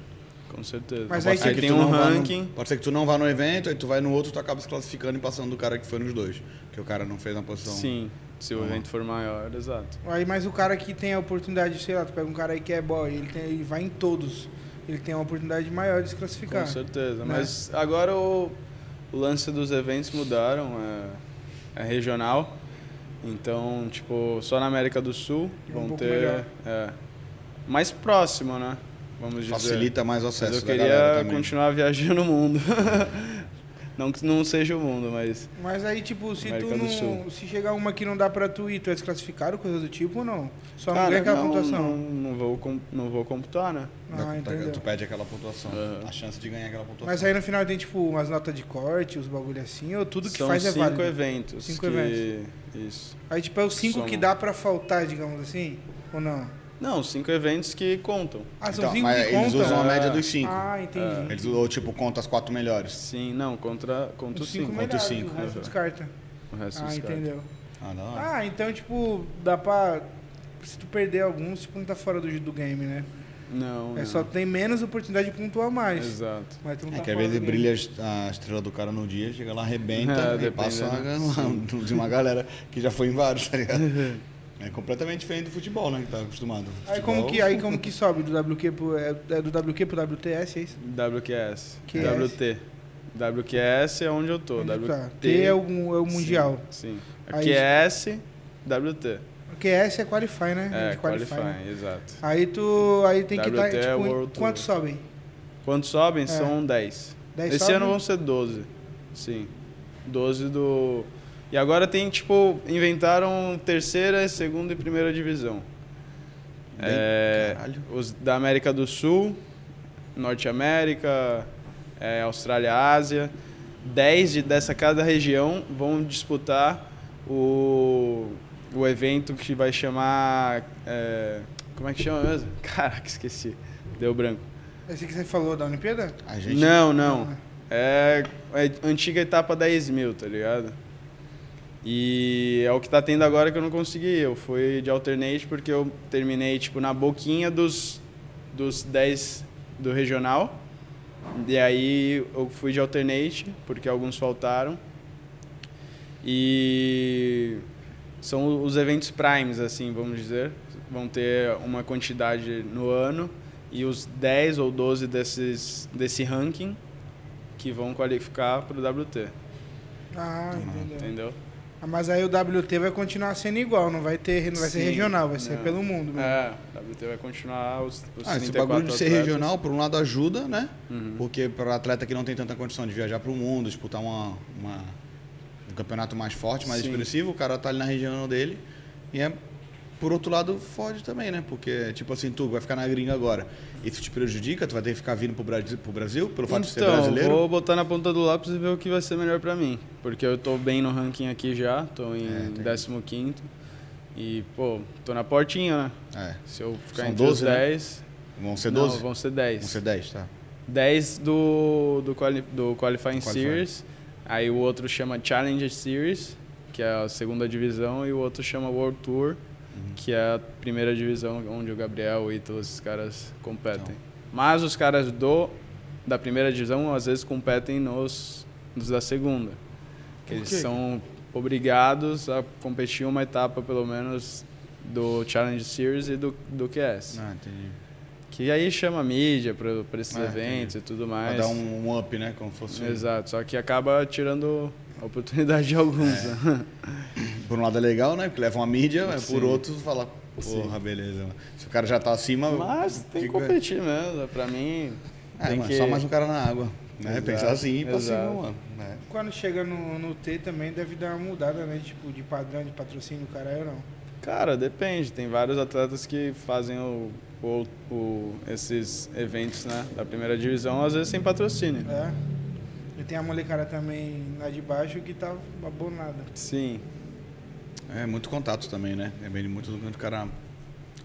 S2: com certeza.
S3: Mas
S2: aí,
S3: aí que
S2: tem
S1: tu
S2: um
S1: não vá no-
S2: ranking.
S1: pode ser que tu não vá no evento, aí tu vai no outro, tu acaba se classificando e passando do cara que foi nos dois. Que o cara não fez na posição.
S2: Sim, se o
S1: Vamos lá.
S2: evento for maior, exato.
S3: Aí, mas o cara que tem a oportunidade, sei lá, tu pega um cara aí que é boy, ele, tem, ele vai em todos. Ele tem uma oportunidade maior de se classificar.
S2: Com certeza.
S3: né?
S2: Mas agora o, o lance dos eventos mudaram, é, é regional. Então, tipo, só na América do Sul
S3: É um
S2: vão
S3: pouco melhor.
S2: ter. É, mais próximo, né? Vamos dizer.
S1: Facilita mais o acesso
S2: Mas eu
S1: da galera
S2: queria
S1: também.
S2: continuar viajando o mundo. não que não seja o mundo, mas.
S3: Mas aí, tipo, se
S2: América
S3: tu
S2: do
S3: não.
S2: Sul.
S3: Se chegar uma que não dá pra tu ir, tu é desclassificado, coisa do tipo ou não? Só não
S2: Cara,
S3: ganha aquela
S2: não, Não,
S3: pontuação.
S2: não vou, com- não vou computar, né?
S1: Da-
S3: Ah,
S1: da-
S3: entendeu.
S1: tu perde aquela pontuação.
S2: Aham.
S1: A chance de ganhar aquela pontuação.
S3: Mas aí no final tem, tipo, umas notas de corte, os bagulho assim, ou tudo que
S2: São
S3: faz é
S2: cinco
S3: válido.
S2: eventos.
S3: Cinco
S2: que-
S3: eventos.
S2: Isso.
S3: Aí, tipo, é os cinco
S2: São-
S3: que dá pra faltar, digamos assim, ou não?
S2: Não, cinco eventos que contam.
S3: Ah, são
S1: Então,
S3: cinco
S1: mas
S3: que
S1: eles
S3: contam?
S1: usam a
S2: Ah.
S1: média dos cinco.
S3: Ah, entendi.
S1: Eles, ou tipo, conta as quatro melhores.
S2: Sim, não, contra, contra
S3: Os
S2: os
S3: cinco
S2: cinco.
S1: melhores.
S3: melhores,
S1: cinco,
S3: o resto
S2: né?
S3: descarta.
S2: O resto
S3: Ah,
S2: descarta.
S3: entendeu.
S1: Ah, da hora.
S3: Ah, então, tipo, dá pra... Se tu perder alguns, tipo, não tá fora do, do game, né?
S2: Não,
S3: É
S2: não.
S3: só tem menos oportunidade de pontuar mais.
S2: Exato.
S3: Mas tu não
S1: Uhum. É
S3: tá
S1: que às vezes
S3: falando
S1: brilha a estrela do cara no dia, chega lá, arrebenta
S2: É,
S1: e passa uma,
S2: dependendo,
S1: ga- de uma galera que já foi em vários, tá ligado? É completamente diferente do futebol, né? Que tá acostumado.
S3: nenhum. Aí como,
S1: Futebol-
S3: que, aí como que sobe do WQ pro, é, é do WQ pro WTS, é isso?
S2: WQS.
S3: QS.
S2: WT. WQS é onde eu tô.
S3: Onde
S2: WT.
S3: tá? T é o, é o mundial.
S2: Sim. sim.
S3: Aí-
S2: QS, WT.
S3: O QS é qualify, né?
S2: É,
S3: De qualify,
S2: qualify,
S3: né?
S2: exato.
S3: Aí tu aí tem que estar,
S2: WT é World
S3: tipo,
S2: Tour.
S3: quantos sobem?
S2: Quantos sobem?
S3: É.
S2: São 10.
S3: 10
S2: Esse
S3: sobem?
S2: ano vão ser 12. Sim. 12 do. E agora tem, tipo, inventaram terceira, segunda e primeira divisão.
S1: Bem-
S2: É,
S1: Caralho.
S2: os da América do Sul, Norte América, é, Austrália, Ásia. 10 de, dessa cada região vão disputar o, o evento que vai chamar. é, como é que chama mesmo? Caraca, esqueci. Deu branco.
S3: Esse que você falou da Olimpíada?
S1: A gente
S2: Não, não. É a antiga etapa 10 mil, tá ligado? E é o que tá tendo agora que eu não consegui. Eu fui de alternate porque eu terminei, tipo, na boquinha dos, dos 10 do regional. E aí eu fui de alternate, porque alguns faltaram. E são os eventos primes, assim, vamos dizer. Vão ter uma quantidade no ano e os 10 ou 12 desses, desse ranking que vão qualificar para o WT,
S3: É. Ah, entendeu.
S2: entendeu?
S3: Ah, mas aí o WT vai continuar sendo igual, não vai ter, não vai ser
S2: Sim,
S3: regional, vai ser
S2: não.
S3: pelo mundo né? mesmo.
S2: É, o WT vai continuar os, os
S1: Ah, esse
S2: 34
S1: bagulho de ser
S2: atletas.
S1: regional, por um lado, ajuda, né?
S2: Uhum.
S1: Porque para atleta que não tem tanta condição de viajar para o mundo, disputar uma, uma- um campeonato mais forte, mais
S2: Sim.
S1: expressivo, o cara tá ali na região dele. E é, por outro lado, fode também, né? Porque, tipo assim, tu vai ficar na gringa agora. Isso te prejudica? Tu vai ter que ficar vindo pro Brasil, pro Brasil pelo fato de ser
S2: então,
S1: brasileiro?
S2: vou botar na ponta do lápis e ver o que vai ser melhor pra mim. Porque eu tô bem no ranking aqui já, tô em
S1: É, tem-
S2: 15º. E, pô, tô na portinha, né?
S1: É.
S2: Se eu ficar
S1: São
S2: entre
S1: 12,
S2: os
S1: né?
S2: 10...
S1: Vão ser
S2: não,
S1: 12?
S2: vão ser 10.
S1: Vão ser 10, tá?
S2: 10 do, do, quali, do Qualifying
S1: Qualifying.
S2: Series, aí o outro chama Challenger Series, que é a segunda divisão, e o outro chama World Tour, que é a primeira divisão onde o Gabriel, o Ítalo, esses caras competem. Mas os caras do da primeira divisão às vezes competem nos, nos da segunda. que Eles
S3: quê?
S2: são obrigados a competir uma etapa, pelo menos, do Challenge Series e do, do QS.
S1: Ah, entendi.
S2: Que aí chama a mídia para esses
S1: Ah,
S2: eventos e tudo
S1: Pra
S2: mais.
S1: dar um, um up, né? Como fosse.
S2: Exato, só que acaba tirando a oportunidade de alguns. né?
S1: Por um lado é legal, né? Porque leva uma mídia, mas por
S2: Sim.
S1: outro fala, porra, beleza. Se o cara já tá acima.
S2: Mas tem que
S1: fica-
S2: competir mesmo, pra mim.
S1: É,
S2: tem
S1: mano,
S2: que...
S1: só mais um cara na água. Né?
S2: Exato,
S1: Pensar assim e ir pra cima,
S2: exato. É.
S1: mano. né?
S3: Quando chega no, no T também deve dar uma mudada, né? Tipo, de padrão, de patrocínio, caralho, não.
S2: Cara, depende. Tem vários atletas que fazem o, o- o- esses eventos né, da primeira divisão, às vezes sem patrocínio.
S3: É. E tem a molecada também lá de baixo que tá abonada.
S2: Sim,
S1: É muito contato também, né? É bem muito do que o cara.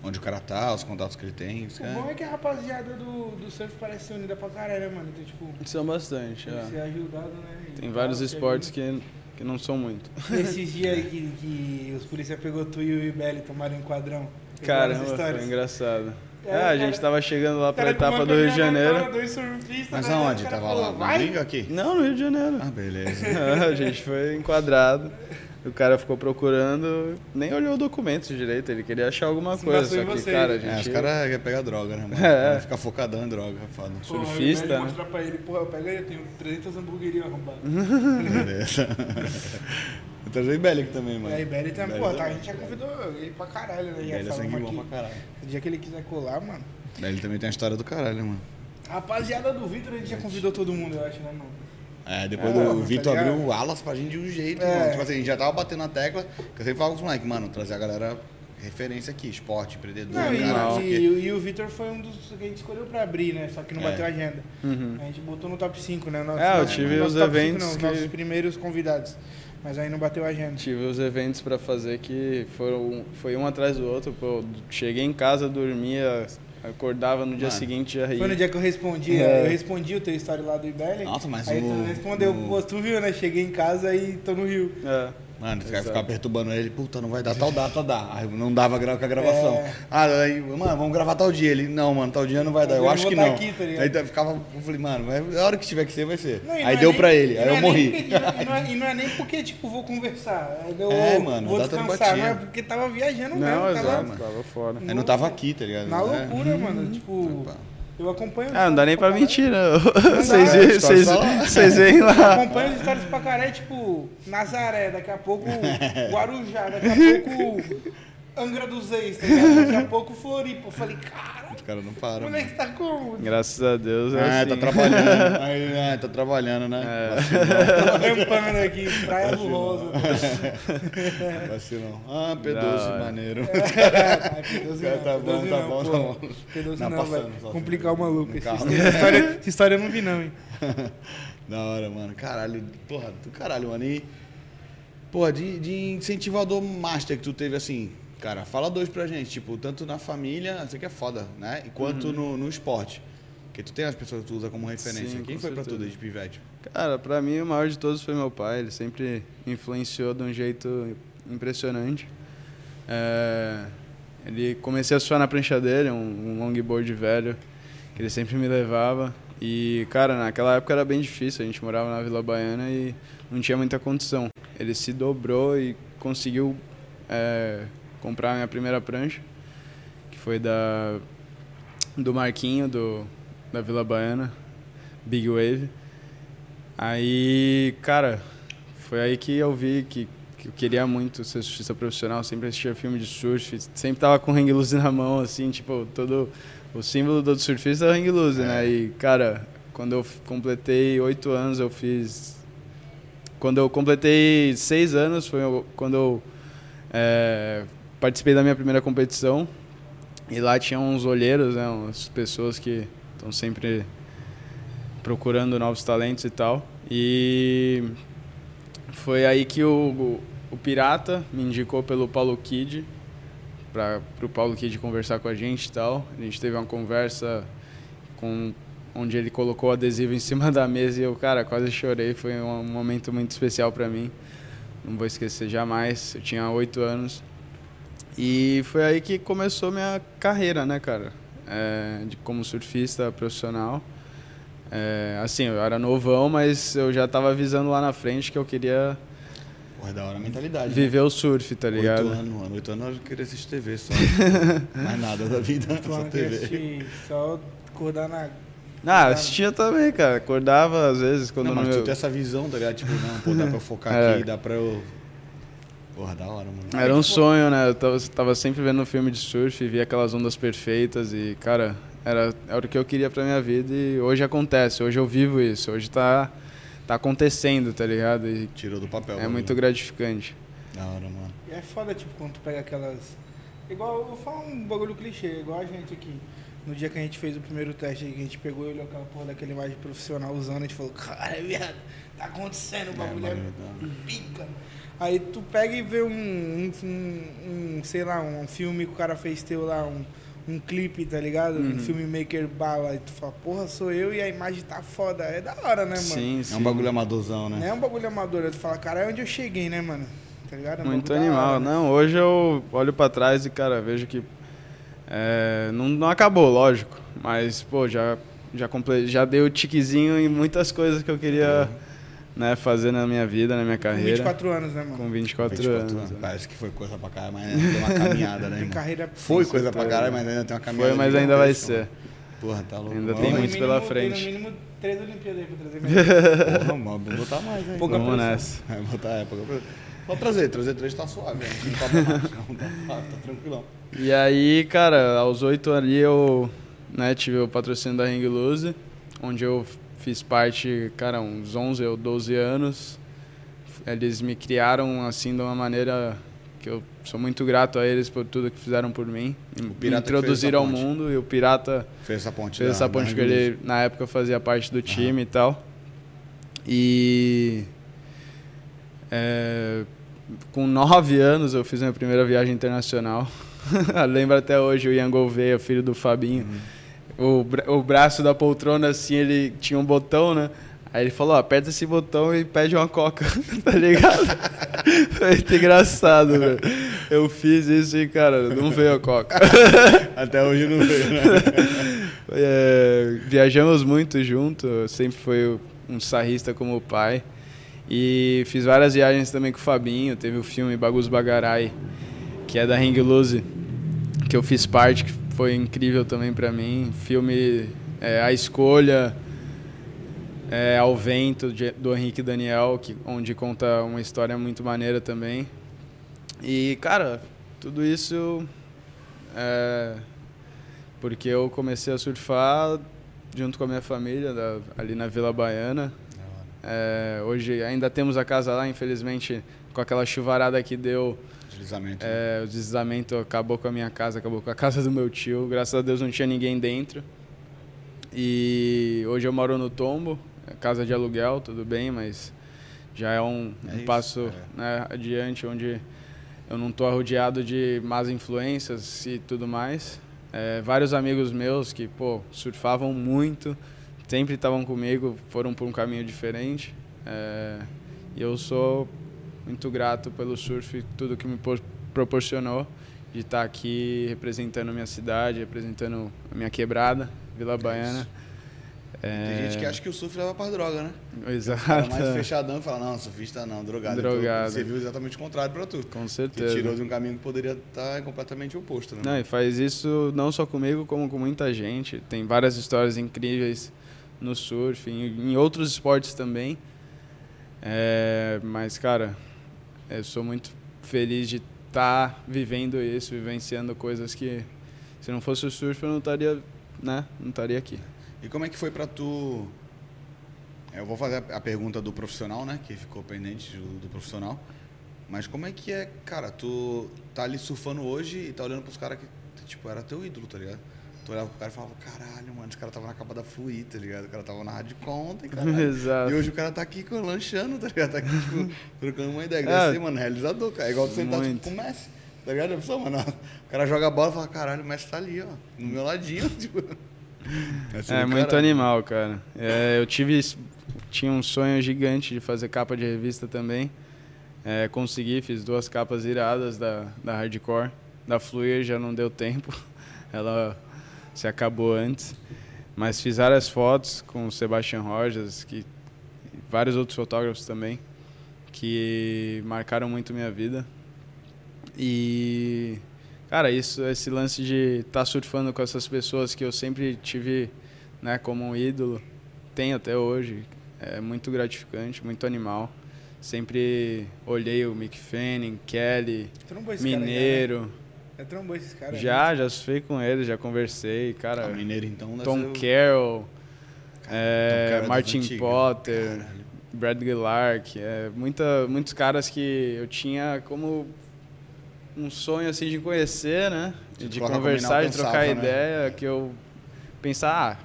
S1: Onde o cara tá, os contatos que ele tem. isso
S3: O
S1: é-
S3: bom é que a rapaziada do, do surf parece ser unida pra caralho, né, mano? Então, tipo,
S2: são bastante.
S3: tem
S2: é.
S3: que ser ajudado, né? E
S2: Tem
S3: tal,
S2: vários
S3: se
S2: esportes que, que não são muito.
S3: ajuda. Esses dias aí que, que os polícia pegou tu e o Ibeli tomaram um quadrão. Tem várias
S2: Caramba,
S3: histórias.
S2: foi engraçado.
S3: É,
S2: É, a
S3: cara-
S2: gente tava chegando lá
S3: O cara
S2: pra
S3: com uma
S2: etapa do Rio de
S3: perna na
S2: Janeiro.
S3: cara, dois surfistas,
S1: Mas
S3: né?
S1: aonde?
S3: O cara
S1: Tava
S3: falou,
S1: lá? Na
S3: Vai!
S1: gringa aqui?
S2: Não, no Rio de Janeiro.
S1: Ah, beleza.
S2: É, a gente foi enquadrado. O cara ficou procurando, nem olhou o documento direito, ele queria achar alguma
S3: Se
S2: coisa.
S3: passou
S2: Só
S3: em né?
S2: que,
S3: vocês.
S2: cara, a
S1: É, os
S2: gente.
S1: caras querem pegar droga, né, mano?
S2: É.
S1: Ficar focadão em droga, foda.
S3: Pô, aí o
S2: surfista,
S3: Ibeli
S2: né?
S3: mostra pra ele, porra, pega aí, eu tenho 300 hamburguerias arrombadas.
S1: Uhum. Beleza. Eu trazer Ibelic também, mano.
S3: É, a Ibeli também,
S1: Ibeli
S3: pô, tá, a
S1: também.
S3: gente já convidou ele pra caralho, né? Já
S1: Ibeli é
S3: falamos
S1: sangue
S3: aqui.
S1: bom pra caralho.
S3: O dia que ele quiser colar, mano.
S1: Ibeli também tem uma história do caralho, mano.
S3: Rapaziada do Vitor, a gente já convidou todo mundo, eu acho, né, mano?
S1: É, depois
S3: É,
S1: o
S3: tá
S1: Vitor
S3: ligado?
S1: abriu o alas pra gente de um jeito,
S3: É.
S1: mano. Tipo assim, a gente já tava batendo na tecla, que eu sempre falo com os moleques, mano, trazer a galera referência aqui, esporte, empreendedor,
S3: Não, e,
S1: cara, não
S2: Ah,
S1: sei o
S3: e-
S1: quê.
S3: e o Vitor foi um dos que a gente escolheu pra abrir, né? Só que não
S1: É.
S3: bateu a agenda.
S2: Uhum.
S3: A gente botou no top 5, né?
S2: É, eu
S3: nosso-
S2: tive os
S3: nosso top cinco,
S2: eventos
S3: não, os
S2: que-
S3: nossos primeiros convidados. Mas aí não bateu a agenda.
S2: Tive os eventos pra fazer que foram, foi um atrás do outro. Pô, cheguei em casa, dormia, acordava no dia
S1: Mano.
S2: seguinte já
S3: Foi no
S2: ria.
S3: dia que eu respondi,
S2: É.
S3: eu respondi o teu story lá do Ibeli.
S1: Nossa, mas
S3: Aí
S1: o-
S3: tu respondeu,
S1: o-
S3: pô, tu viu, né? Cheguei em casa e tô no Rio.
S2: É.
S1: Mano, esse cara
S2: Exato.
S1: ficava perturbando ele, puta, não vai dar tal data, dá. Aí não dava gra- com a gravação.
S3: É.
S1: Ah, aí, mano, vamos gravar tal dia. Ele, não, mano, tal dia não vai dar.
S3: Eu
S1: Eu,
S3: não
S1: acho
S3: vou
S1: que
S3: tá
S1: não.
S3: aqui, tá ligado?
S1: aí tá- ficava, eu falei, mano, vai- a hora que tiver que ser, vai ser.
S3: Não, e não
S1: aí
S3: é
S1: deu
S3: nem-
S1: pra ele,
S3: e
S1: aí
S3: não
S1: eu
S3: é
S1: morri.
S3: nem porque- e, não é, e não é nem porque, tipo, vou conversar. Aí deu,
S1: É,
S3: ô,
S1: mano,
S3: vou
S1: a data não
S3: descansar. Não
S1: batia.
S3: é porque tava viajando
S2: Não,
S3: mesmo. Tava
S2: exato, tava fora.
S1: Aí não tava aqui, tá ligado?
S3: na
S1: É.
S3: loucura, mano. Tipo,
S1: Opa.
S3: eu acompanho.
S2: Ah, não dá nem pra
S3: caralho.
S2: mentir, não.
S3: dá,
S2: Vocês
S1: é,
S2: veem- vocês-
S1: só- só-
S2: Vocês veem
S3: Eu
S2: lá.
S3: acompanho as histórias pra caralho, tipo, Nazaré, daqui a pouco Guarujá, daqui a pouco Angra dos Reis, tá ligado? daqui a pouco Floripa. Eu falei, cara,
S1: Os caras não param. mano.
S3: o moleque tá como?
S2: Graças a Deus. É
S1: Ah,
S2: assim.
S1: tá trabalhando. Aí, ah, tá trabalhando, né?
S3: É. Tô trampando aqui, Praia do Rosa. tá
S1: Vacilão. Vacilão. Ah,
S2: Da
S1: P12,
S2: hora.
S1: maneiro.
S3: P12
S1: Cara,
S3: não,
S1: tá bom,
S3: P12
S1: tá bom,
S3: não, pô.
S1: tá bom.
S3: P12
S1: Não,
S3: não,
S1: passando,
S3: vai
S1: só
S3: complicar o
S1: assim.
S3: maluco.
S1: No
S3: Essa
S1: carro.
S3: história, essa história eu não vi, não, hein?
S1: Da hora, mano. Caralho, porra, do caralho, mano. E, porra, de, de incentivador master que tu teve, assim, cara, fala dois pra gente. Tipo, tanto na família, eu sei que é foda, né? E quanto
S2: Uhum.
S1: no, no esporte. Porque tu tem as pessoas que tu usa como referência.
S2: Sim,
S1: Quem
S2: com
S1: foi pra tu
S2: certeza.
S1: desde pivete?
S2: Cara, pra mim o maior de todos foi meu pai. Ele sempre influenciou de um jeito impressionante. É, ele comecei a suar na prancha dele, um, um longboard velho que ele sempre me levava. E cara, naquela época era bem difícil. A gente morava na Vila Baiana e não tinha muita condição. Ele se dobrou e conseguiu é, comprar a minha primeira prancha, que foi da do Marquinho do da Vila Baiana, Big Wave. Aí, cara, foi aí que eu vi que, que eu queria muito ser surfista profissional, sempre assistia filme de surf, sempre tava com hang loose na mão, assim, tipo, todo o símbolo do surfista é o hang loose, né? E, cara, quando eu f- completei oito anos, eu fiz... Quando eu completei seis anos, foi o- quando eu é, participei da minha primeira competição, e lá tinha uns olheiros, né, umas pessoas que estão sempre procurando novos talentos e tal. E foi aí que o, o Pirata me indicou pelo Paulo Kid, para o Paulo Kid conversar com a gente e tal. A gente teve uma conversa com onde ele colocou o adesivo em cima da mesa e eu, cara, quase chorei. Foi um momento muito especial para mim. Não vou esquecer jamais. Eu tinha oito anos. E foi aí que começou minha carreira, né, cara? É, de, como surfista profissional. É, assim, eu era novão, mas eu já tava avisando lá na frente que eu queria
S1: Porra, é da hora a mentalidade. né?
S2: viver o surf, tá ligado?
S1: Oito anos, mano. Oito anos eu queria assistir TV só. Mais nada da vida,
S3: Só,
S1: só TV.
S3: só acordar na.
S2: Ah, assistia também, cara. Acordava às vezes quando
S1: Não,
S2: não.
S1: mas tu
S2: eu-
S1: tem essa visão, tá ligado? Tipo, não, pô, dá pra eu focar
S2: É.
S1: aqui, dá pra eu... Porra, da hora, mano.
S2: Era um sonho, né? Eu tava, tava sempre vendo um filme de surf, via aquelas ondas perfeitas e, cara, era, era o que eu queria pra minha vida e hoje acontece, hoje eu vivo isso, hoje tá, tá acontecendo, tá ligado? E
S1: Tirou do papel.
S2: é
S1: mano.
S2: muito gratificante.
S1: Da hora, mano.
S3: E é foda, tipo, quando tu pega aquelas. Igual, eu vou falar um bagulho clichê, igual a gente aqui. No dia que a gente fez o primeiro teste, aí, que a gente pegou e olhou aquela porra daquela imagem profissional usando, a gente falou, cara, viado, tá acontecendo, o bagulho é,
S1: mano, tá.
S3: pica. Aí tu pega e vê um, um, um- um, sei lá, um filme que o cara fez teu lá, um, um clipe, tá ligado? Um filmmaker bala, e tu fala, porra, sou eu e a imagem tá foda. É da hora, né, mano?
S2: sim, sim.
S1: É um bagulho amadorzão,
S3: Não
S1: né?
S3: é um bagulho amador, tu fala, cara, é onde eu cheguei, né, mano? Tá ligado? É um
S2: Muito
S3: bagulho da
S2: animal.
S3: hora, né?
S2: Não, hoje eu olho pra trás e, cara, vejo que é, não, não acabou, lógico. Mas, pô, já, já, comple- já dei o tiquezinho em muitas coisas que eu queria né, fazer na minha vida, na minha
S3: É. Com
S2: carreira.
S3: 24 anos, né, mano?
S2: Com 24 anos. né?
S1: Parece que foi coisa pra caralho, mas ainda tem uma caminhada, né,
S3: Tem
S1: irmão?
S3: carreira tá
S1: Foi
S3: Sim,
S1: coisa pra
S2: certeza.
S1: caralho, mas ainda tem uma caminhada.
S2: Foi, mas
S1: gigantesca,
S2: ainda vai ser.
S1: mano. Porra, tá louco.
S2: Ainda
S1: mano.
S2: tem
S3: no
S2: muito
S3: mínimo-
S2: pela
S3: tem
S2: frente.
S3: no mínimo três Olimpíadas aí pra trazer. pra cá.
S1: Porra, mano, vou botar mais aí.
S3: Pouca
S2: Vamos
S3: pressão.
S2: nessa.
S1: Vai botar é, pouca coisa. Só trazer, trazer três tá suave, né? não tá pra baixo, não tá, suave, tá tranquilão.
S2: E aí, cara, aos oito ali eu né, tive o patrocínio da Ring Lose, onde eu fiz parte, cara, uns 11 ou 12 anos. Eles me criaram assim de uma maneira que eu sou muito grato a eles por tudo que fizeram por mim.
S1: O
S2: Me
S1: Pirata que fez
S2: introduziram
S1: essa
S2: ao
S1: ponte.
S2: mundo e o Pirata
S1: Fez essa ponte. né?
S2: fez
S1: da-
S2: essa
S1: da
S2: ponte que
S1: Angelus.
S2: ele, na época, fazia parte do time e tal. E. é, com nove anos eu fiz minha primeira viagem internacional. Lembro até hoje o Ian Gouveia, filho do Fabinho. O, bra- o braço da poltrona, assim, ele tinha um botão, né? Aí ele falou, ó, aperta esse botão e pede uma coca, tá ligado? Foi muito engraçado, velho. Eu fiz isso e, cara, não veio a coca.
S1: Até hoje não veio, né?
S2: É, viajamos muito junto, sempre foi um sarrista como o pai. E fiz várias viagens também com o Fabinho, teve o filme Bagus Bagarai, que é da Ring Lose, que eu fiz parte, que foi incrível também pra mim. Filme é, A Escolha, é, Ao Vento, de- do Henrique Daniel, que, onde conta uma história muito maneira também. E, cara, tudo isso é, porque eu comecei a surfar junto com a minha família da- ali na Vila Baiana. É, hoje ainda temos a casa lá, infelizmente, com aquela chuvarada que deu,
S1: Deslizamento. né?
S2: é, o deslizamento acabou com a minha casa, acabou com a casa do meu tio. Graças a Deus não tinha ninguém dentro. E hoje eu moro no Tombo, é casa de aluguel, tudo bem, mas já é um,
S1: É
S2: um
S1: isso,
S2: passo
S1: é.
S2: né, adiante, onde eu não estou rodeado de más influências e tudo mais. É, vários amigos meus que, pô, surfavam muito, sempre estavam comigo, foram por um caminho diferente. É, e eu sou muito grato pelo surf e tudo que me por- proporcionou de estar aqui representando minha cidade, representando a minha quebrada,
S1: É
S2: Vila Baiana.
S1: né? Tem gente que acha que o surf leva pra droga, né? Fala
S2: Exato.
S1: mais fechadão e fala, não, surfista não, drogado. Então,
S2: Drogado.
S1: Você viu exatamente o contrário pra tu.
S2: Com
S1: Te
S2: certeza.
S1: tirou de um caminho que poderia estar completamente oposto, né?
S2: Não, é. e faz isso não só comigo, como com muita gente. Tem várias histórias incríveis no surf, em, em outros esportes também. É, mas, cara, eu sou muito feliz de estar vivendo isso, vivenciando coisas que, se não fosse o surf, eu não estaria, né? Não estaria aqui.
S1: E como é que foi pra tu? é, Eu vou fazer a a pergunta do profissional, né? Que ficou pendente do, do profissional. Mas como é que é, cara? Tu tá ali surfando hoje e tá olhando pros caras que, tipo, era teu ídolo, tá ligado? Tu olhava pro cara e falava, caralho, mano, esse cara tava na capa da Fluir, tá ligado? O cara tava na rádio ontem, caralho.
S2: Exato.
S1: E hoje o cara tá aqui com- lanchando, tá ligado? Tá aqui, tipo, trocando uma ideia.
S2: É.
S1: Deve ser, mano, realizador, cara. É igual tu sentar tipo,
S2: Muito.
S1: com o Messi, tá ligado? A pessoa, mano, o cara joga a bola e fala, caralho, o Messi tá ali, ó, no meu ladinho, tipo. Deve ser
S2: É
S1: do
S2: muito
S1: caralho.
S2: animal, cara. É, eu tive s- tinha um sonho gigante de fazer capa de revista também. É, consegui, fiz duas capas iradas da, da Hardcore. Da Fluir já não deu tempo, ela se acabou antes. Mas fiz várias fotos com o Sebastian Rojas que, e vários outros fotógrafos também, que marcaram muito minha vida. E Cara, isso, esse lance de estar surfando com essas pessoas que eu sempre tive, né, como um ídolo, tenho até hoje, é muito gratificante, muito animal. Sempre olhei o Mick Fanning, Kelly,
S3: Trombou esse né,
S2: Mineiro.
S3: cara. Já, né? Já trombou esses caras. né?
S2: Já, já surfei com eles, já conversei, cara.
S1: Ah, Mineiro então deve ser
S2: Tom
S1: o-
S2: Carroll,
S1: Tom
S2: é,
S1: Carroll das
S2: Martin
S1: antigas.
S2: Potter,
S1: Caralho.
S2: Bradley Lark, é, muita, muitos caras que eu tinha como um sonho assim de conhecer, né?
S1: De
S2: De, de
S1: colocar,
S2: conversar, de
S1: combinar,
S2: trocar
S1: alcançava, né?
S2: ideia, que eu pensar, ah,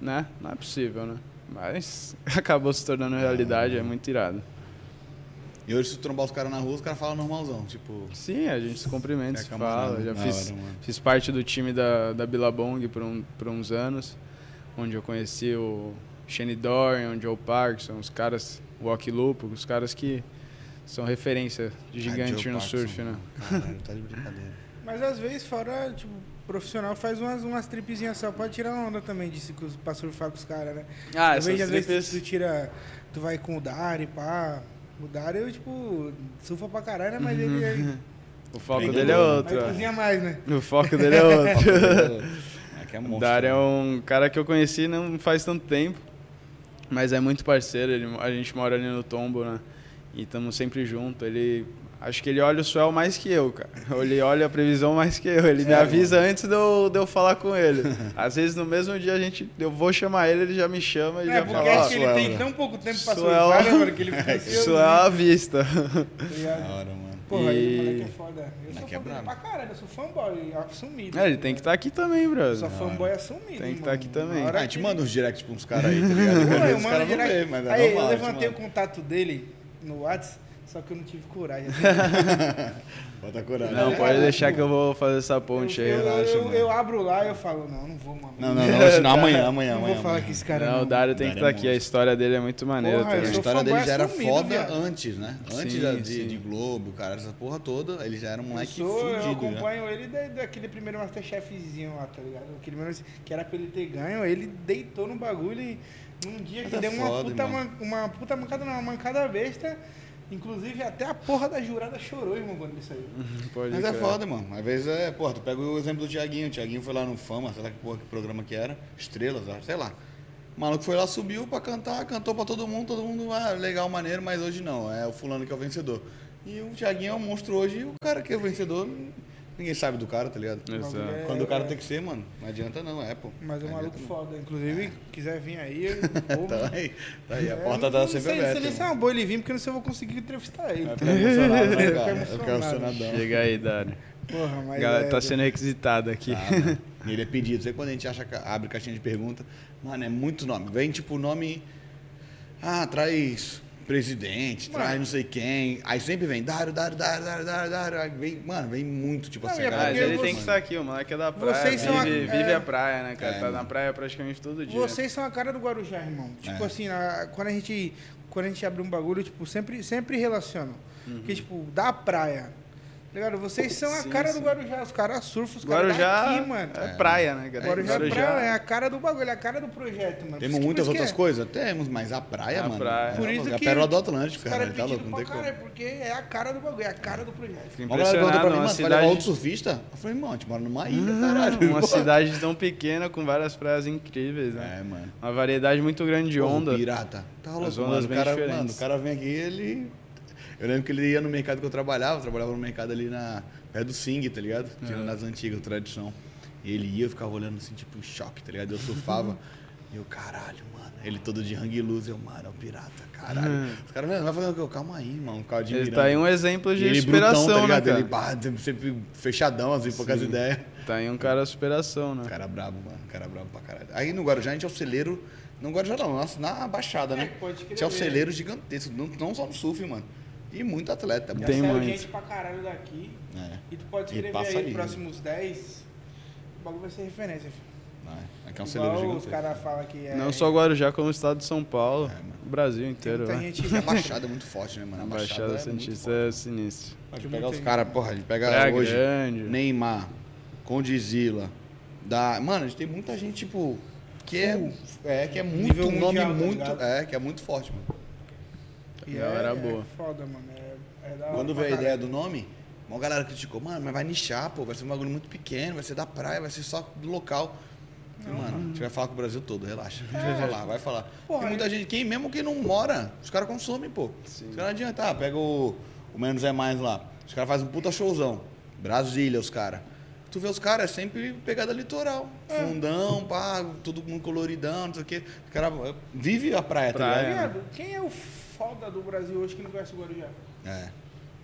S2: né? Não é possível, né? Mas acabou se tornando realidade, é muito irado.
S1: E hoje se tu trombar os caras na rua, os caras falam normalzão, tipo...
S2: Sim, a gente se cumprimenta,
S1: É
S2: se
S1: camarada,
S2: fala. Já
S1: da
S2: fiz,
S1: hora, mano.
S2: fiz parte do time da, da Billabong por, um, por uns anos, onde eu conheci o Shane Dorian, o Joe Parkinson, os caras, o Walk Lupo, os caras que são referência de
S1: Ah,
S2: gigante
S1: Joe
S2: no
S1: Parkinson,
S2: surf, né?
S1: mano. Caralho, tá de brincadeira.
S3: Mas às vezes, fora, tipo, profissional faz umas, umas tripezinhas só. Pode tirar onda também de, se- pra surfar com os caras, né?
S2: Ah,
S3: eu
S2: essas
S3: vejo às vezes tu
S2: tripes...
S3: tira. Tu vai com o Dari, pá. O Dari, eu, tipo, surfa pra caralho, né? mas
S2: Uhum.
S3: ele aí,
S2: O foco
S1: Empreendedor,
S2: dele é
S1: né?
S2: outro.
S3: aí cozinha mais, né?
S2: ó. O foco dele é outro.
S1: É que é
S2: O
S1: monstro.
S2: Dario é
S1: né?
S2: um cara que eu conheci não faz tanto tempo, mas é muito parceiro. ele- a gente mora ali no Tombo, né? E estamos sempre junto. Ele acho que ele olha o swell mais que eu, cara. Ele olha a previsão mais que eu. Ele me avisa antes de eu, de eu falar com ele. Às vezes no mesmo dia a gente eu vou chamar ele, ele já me chama e
S3: é,
S2: já
S3: porque
S2: fala.
S3: acho
S2: ó,
S3: que ele
S1: Suela.
S3: tem tão pouco tempo pra
S2: Suela.
S3: surfar, né, mano? Que ele fica ansioso, né?
S2: Isso é à vista.
S3: tá ligado?
S1: Da hora, mano.
S3: Porra, aí
S2: E-
S3: o moleque é foda. Eu sou
S1: Moleque é
S3: fanboy
S1: brabo.
S3: pra caralho, eu sou fanboy assumido.
S2: É, ele tem que estar aqui também,
S3: Eu sou
S2: brother.
S3: fanboy assumido.
S2: Tem que
S3: irmão.
S2: tá aqui também.
S3: Na hora
S1: Ah, a gente
S3: que-
S1: manda uns directs pra uns caras aí, tá ligado?
S3: Pô,
S1: Às vezes
S3: eu
S1: os
S3: mando
S1: caras não
S3: direto.
S1: vê, mas é
S3: Aí eu
S1: normal, a gente
S3: levantei o
S1: manda.
S3: contato dele no WhatsApp. Só que eu não tive coragem.
S1: Bota coragem.
S2: Não,
S3: É,
S2: pode
S3: é,
S2: deixar que eu vou fazer essa ponte
S3: eu,
S2: aí,
S3: eu,
S2: relaxa.
S3: eu,
S2: mano.
S3: eu abro lá e eu falo, não, não vou, mano.
S1: Não, não, não, hoje não, amanhã, amanhã,
S3: Não
S1: amanhã.
S3: vou falar
S1: amanhã.
S3: que esse cara
S2: não, o Dário tem que
S1: Dário
S2: estar
S1: é
S2: aqui. A história dele é muito maneira
S3: Porra,
S1: E
S2: também.
S1: A
S3: eu sou
S1: história
S3: fanboy
S1: dele já era
S3: assumido,
S1: foda
S3: viado.
S1: antes, né? Antes
S2: Sim,
S1: da, de,
S2: sim.
S1: de Globo, cara, essa porra toda, ele já era um
S3: Eu,
S1: moleque
S3: sou, eu
S1: fudido. né?
S3: acompanho ele da- daquele primeiro Masterchefzinho lá, tá ligado? Aquele primeiro que era pra ele ter ganho, ele deitou no bagulho e num dia
S1: Mas
S3: que
S1: é
S3: deu uma,
S1: foda,
S3: puta
S1: irmão.
S3: man- uma puta mancada, não, uma mancada besta. Inclusive até a porra da jurada chorou, irmão, quando ele saiu.
S2: Uhum. Pode
S1: Mas é
S2: crer.
S1: foda, mano. Às vezes é, porra, tu pega o exemplo do Tiaguinho. O Tiaguinho foi lá no Fama, sei lá que porra que programa que era, Estrelas, acho, sei lá. O maluco foi lá, subiu pra cantar, cantou pra todo mundo, todo mundo, ah, legal, maneiro, mas hoje não, é o fulano que é o vencedor. E o Tiaguinho é um monstro hoje e o cara que é o vencedor, ninguém sabe do cara, tá ligado?
S2: Exato.
S3: É.
S1: Quando o cara tem que ser, mano, não adianta não, é, pô.
S3: Mas é
S1: não
S3: um maluco
S1: adianta
S3: foda. Inclusive, quiser vir aí, eu
S1: não.
S3: vou.
S1: É. Tá aí, tá aí, a
S3: É,
S1: porta
S3: não-
S1: tá
S3: não
S1: sempre
S3: sei
S1: aberta.
S3: Se ele
S1: irmão.
S3: é uma boa ele vir, porque eu não sei se eu vou conseguir entrevistar ele.
S1: Vai ficar emocionado, né,
S3: Vai
S1: cara?
S3: ficar
S1: Vai ficar
S3: emocionado.
S1: emocionadão.
S2: Chega aí, Dário.
S3: Porra, mas.
S2: Galera,
S3: é, Tá,
S2: tá sendo requisitado aqui.
S1: Ah, mano. E ele é pedido. Aí quando a gente acha, ca- abre caixinha de pergunta, mano, é muito nome. Vem tipo nome. Ah, traz presidente,
S3: Mano.
S1: traz não sei quem. Aí sempre vem Dário, Dário, Dário, Dário, Dário, Dário. Aí vem, mano, vem muito, tipo
S3: Não,
S1: assim.
S3: e é
S1: a galera
S2: Mas
S3: porque
S1: gosta,
S2: ele Ah,
S3: você-
S2: tem que estar aqui, o moleque é da praia.
S3: Vocês
S2: vive,
S3: são a-
S2: vive
S3: é.
S2: a praia, né, cara?
S1: É,
S2: tá
S1: mano.
S2: na praia praticamente todo dia.
S3: Vocês são a cara do Guarujá, irmão. Tipo
S1: É.
S3: assim, a- quando a gente quando a gente abre um bagulho, tipo, sempre sempre relacionam.
S1: Uhum.
S3: Porque tipo, da praia. tá Ligado? Vocês são a
S2: Sim,
S3: cara
S2: sim.
S3: do Guarujá, os caras surfam, os caras
S2: Guarujá
S3: daqui, mano.
S2: é praia, né, cara?
S3: Guarujá, é praia, é a cara do bagulho, é a cara do projeto,
S1: Temos
S3: mano. Por isso que-
S1: muitas
S3: por isso
S1: outras
S3: que é-
S1: coisas? Temos, mas a praia,
S2: A
S1: mano.
S2: praia.
S1: é
S3: Por
S1: uma-
S3: isso
S1: é a
S3: que
S1: pérola do Atlântico,
S3: Os caras
S1: cara. Tá louco, não
S3: pedindo pra
S1: tem como.
S3: caralho, porque é a cara do bagulho, é a cara do projeto.
S2: Fico
S1: Uma galera perguntou
S2: Impressionado,
S1: pra mim,
S2: uma
S1: mano, você vai levar outro
S2: cidade...
S1: surfista? Eu falei, irmão, a gente mora numa ilha, caralho.
S2: Uma
S1: pô.
S2: cidade tão pequena com várias praias incríveis, né?
S1: É, mano.
S2: Uma variedade muito grande de
S1: Pô, o
S2: onda.
S1: Pirata. Tá louco,
S2: As ondas
S1: mano. O
S2: bem
S1: cara,
S2: diferentes.
S1: mano, o cara vem aqui, ele. Eu lembro que ele ia no mercado que eu trabalhava, eu trabalhava no mercado ali na. perto do Sing, tá ligado? Tinha
S2: É.
S1: nas antigas, tradição. E ele ia, eu ficava olhando assim, tipo, em choque, tá ligado? Eu surfava. e eu, caralho, mano. Ele todo de hang luz, eu, mano, é o pirata, caralho. Os caras, não, vai fazer o quê? Eu, Calma aí, mano. O cara de
S2: Ele É. tá aí um exemplo de
S1: ele
S2: inspiração,
S1: brutão, tá
S2: né,
S1: ligado?
S2: cara?
S1: Ele bah, sempre fechadão, assim, poucas ideias.
S2: Tá aí um cara de superação, né?
S1: Cara brabo, mano. Cara brabo pra caralho. Aí no Guarujá a gente é o celeiro. No Guarujá não, nossa, na Baixada, né?
S3: É, pode
S1: a
S3: crer.
S1: gente é o celeiro gigantesco, não, não só no surf, mano. E muito atleta.
S3: Já
S2: Tem
S3: saiu
S2: muito.
S3: gente pra caralho daqui.
S1: É,
S3: E tu pode
S1: E
S3: escrever
S1: passa
S3: aí
S1: ali.
S3: próximos 10. O bagulho vai ser referência. filho.
S1: não é. Aqui é um celeiro
S3: Igual os
S1: gigantesco.
S3: caras falam que é.
S2: Não só Guarujá, como o estado de São Paulo,
S1: É, mano.
S2: o Brasil
S3: tem
S2: inteiro,
S3: muita
S2: né?
S3: gente.
S1: E a Baixada é muito forte, né, mano?
S2: A
S1: A
S2: Baixada
S1: Baixada é muito
S2: Santista
S1: forte.
S2: é sinistra.
S1: Pode
S3: Que
S1: pegar
S3: muito
S1: os
S3: aí.
S1: caras, porra, a gente pega
S2: Praia
S1: hoje.
S2: Grande.
S1: Neymar, Condizila, da. Mano, a gente tem muita gente, tipo, que é, é, que é muito
S3: Nível
S1: um nome
S3: mundial, tá
S1: muito.
S3: ligado?
S1: É, que é muito forte, mano.
S3: E
S2: Galera
S3: é,
S2: boa.
S3: É foda, mano. É, é da hora
S1: Quando
S3: pra
S1: veio a
S3: caralho.
S1: ideia do nome, uma galera criticou, mano, mas vai nichar, pô, vai ser um bagulho muito pequeno, vai ser da praia, vai ser só do local. Falei, mano, a gente vai falar com o Brasil todo, relaxa.
S3: É.
S1: A gente vai falar, vai falar.
S3: Porra,
S1: Tem muita
S3: eu-
S1: gente, quem, mesmo quem não mora, os caras consomem, pô.
S2: Sim.
S1: Os caras não adianta, ah, pega o, o Menos é Mais lá. Os caras fazem um puta showzão. Brasília, os caras. Tu vê os caras, é sempre pegada litoral.
S3: É.
S1: Fundão, pá, todo mundo coloridão, não sei o quê. Os caras eh, vive a praia, tá
S2: Praia.
S1: ligado?
S3: Viado, quem é o foda do Brasil hoje que não conhece o Guarujá?
S1: É.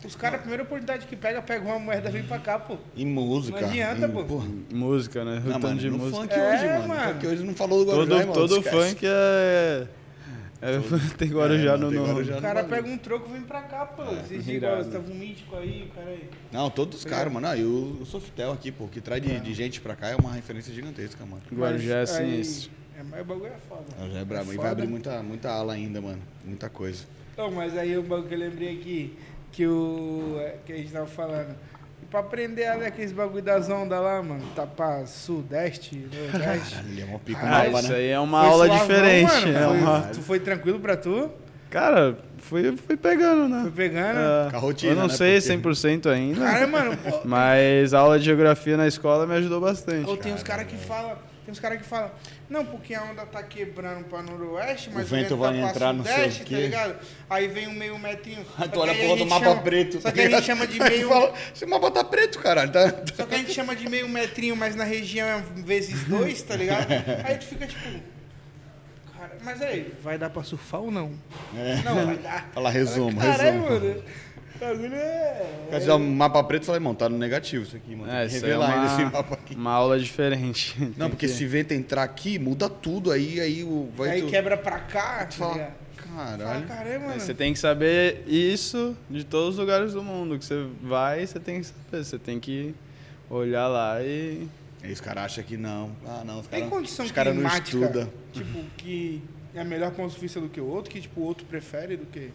S3: Os caras, a primeira oportunidade que pega, pega uma moeda e vem pra cá, pô.
S1: E música.
S3: Não adianta,
S1: e,
S3: pô.
S2: Música, né? O
S1: Não,
S2: tanto
S1: mano,
S2: de
S1: no
S2: música.
S1: funk
S3: É,
S1: hoje, mano.
S3: mano.
S1: No funk hoje não falou do Guarujá,
S2: Todo,
S1: irmão,
S2: todo
S1: esquece.
S2: funk é. é- tem Guarujá
S1: É,
S2: no
S1: não, tem
S2: nome.
S1: Guarujá
S3: O
S1: no
S3: cara
S1: bagulho. É.
S3: pega um troco e vem pra cá, pô. Vocês igual,
S2: Irado.
S3: você tava um mítico aí, o cara aí.
S1: Não, todos os
S3: Tá
S1: caras, mano. Ah, e o, o Softel aqui, pô, que traz de, de gente pra cá é uma referência gigantesca, mano.
S2: Guarujá é
S3: Mas aí-
S2: sinistro.
S3: É, mas o bagulho é foda.
S1: Já é brabo.
S3: É
S1: e vai abrir
S3: foda.
S1: muita, muita ala ainda, mano. Muita coisa.
S3: Não, Então, mas aí o bagulho que eu lembrei aqui, que o. é, que a gente tava falando. E pra aprender ali aqueles bagulho das ondas lá, mano, tá pra sudeste, né? nordeste.
S1: Caralho, é uma pico
S2: Ah,
S1: nova,
S2: isso
S1: né?
S2: aí é uma
S3: Foi
S2: aula
S3: suavão,
S2: diferente.
S3: mano?
S2: é
S3: Foi-
S2: uma-
S3: Tu foi tranquilo pra tu?
S2: Cara, fui, fui pegando, né?
S3: Foi pegando?
S2: É,
S1: Com a rotina,
S2: eu não
S1: né,
S2: sei
S1: porque-
S2: 100% ainda,
S3: Cara, mano, pô,
S2: mas a aula de geografia na escola me ajudou bastante.
S3: ou tem uns caras que falam. Tem uns caras que falam, não, porque a onda tá quebrando pra noroeste, mas
S1: O vento
S3: tá
S1: vai
S3: pra
S1: entrar no
S3: sudeste,
S1: sei o
S3: tá
S1: quê.
S3: ligado? Aí vem um meio metrinho.
S1: Aí
S3: só
S1: tu
S3: que
S1: olha a
S3: aí
S1: porra do
S3: gente
S1: mapa
S3: chama-
S1: preto.
S3: Só
S1: tá
S3: que a gente
S1: ligado?
S3: chama de
S1: Aí tu
S3: meio.
S1: fala, esse mapa tá preto, caralho. Tá...
S3: Só que a gente chama de meio metrinho, mas na região é vezes dois, tá ligado? Aí tu fica tipo. Cara, mas aí, vai dar pra surfar ou não?
S1: É.
S3: Não, vai dar.
S1: Fala, resumo,
S3: Caralho,
S1: resumo.
S3: mano. O bagulho é.
S1: Quer dizer, um mapa preto, eu falei, irmão, tá no negativo isso aqui, mano.
S2: É,
S1: Tem que
S2: isso aí é
S1: revelar ainda esse
S2: uma,
S1: mapa aqui.
S2: uma aula diferente.
S1: Não, porque se vento entrar aqui, muda tudo. Aí, aí o. Vai
S3: Aí
S1: tu-
S3: quebra pra cá, tá
S1: fala,
S3: ligado? Fala,
S1: Caralho.
S3: caramba, mano.
S2: Você tem que saber isso de todos os lugares do mundo que você vai, você tem que saber, você tem que olhar lá e
S1: Aí os caras acham que não. Ah, não, os caras
S3: Tem condição
S1: os cara não
S3: climática,
S1: estuda.
S3: tipo, que é melhor pra um surfista do que o outro, que tipo, o outro prefere do que...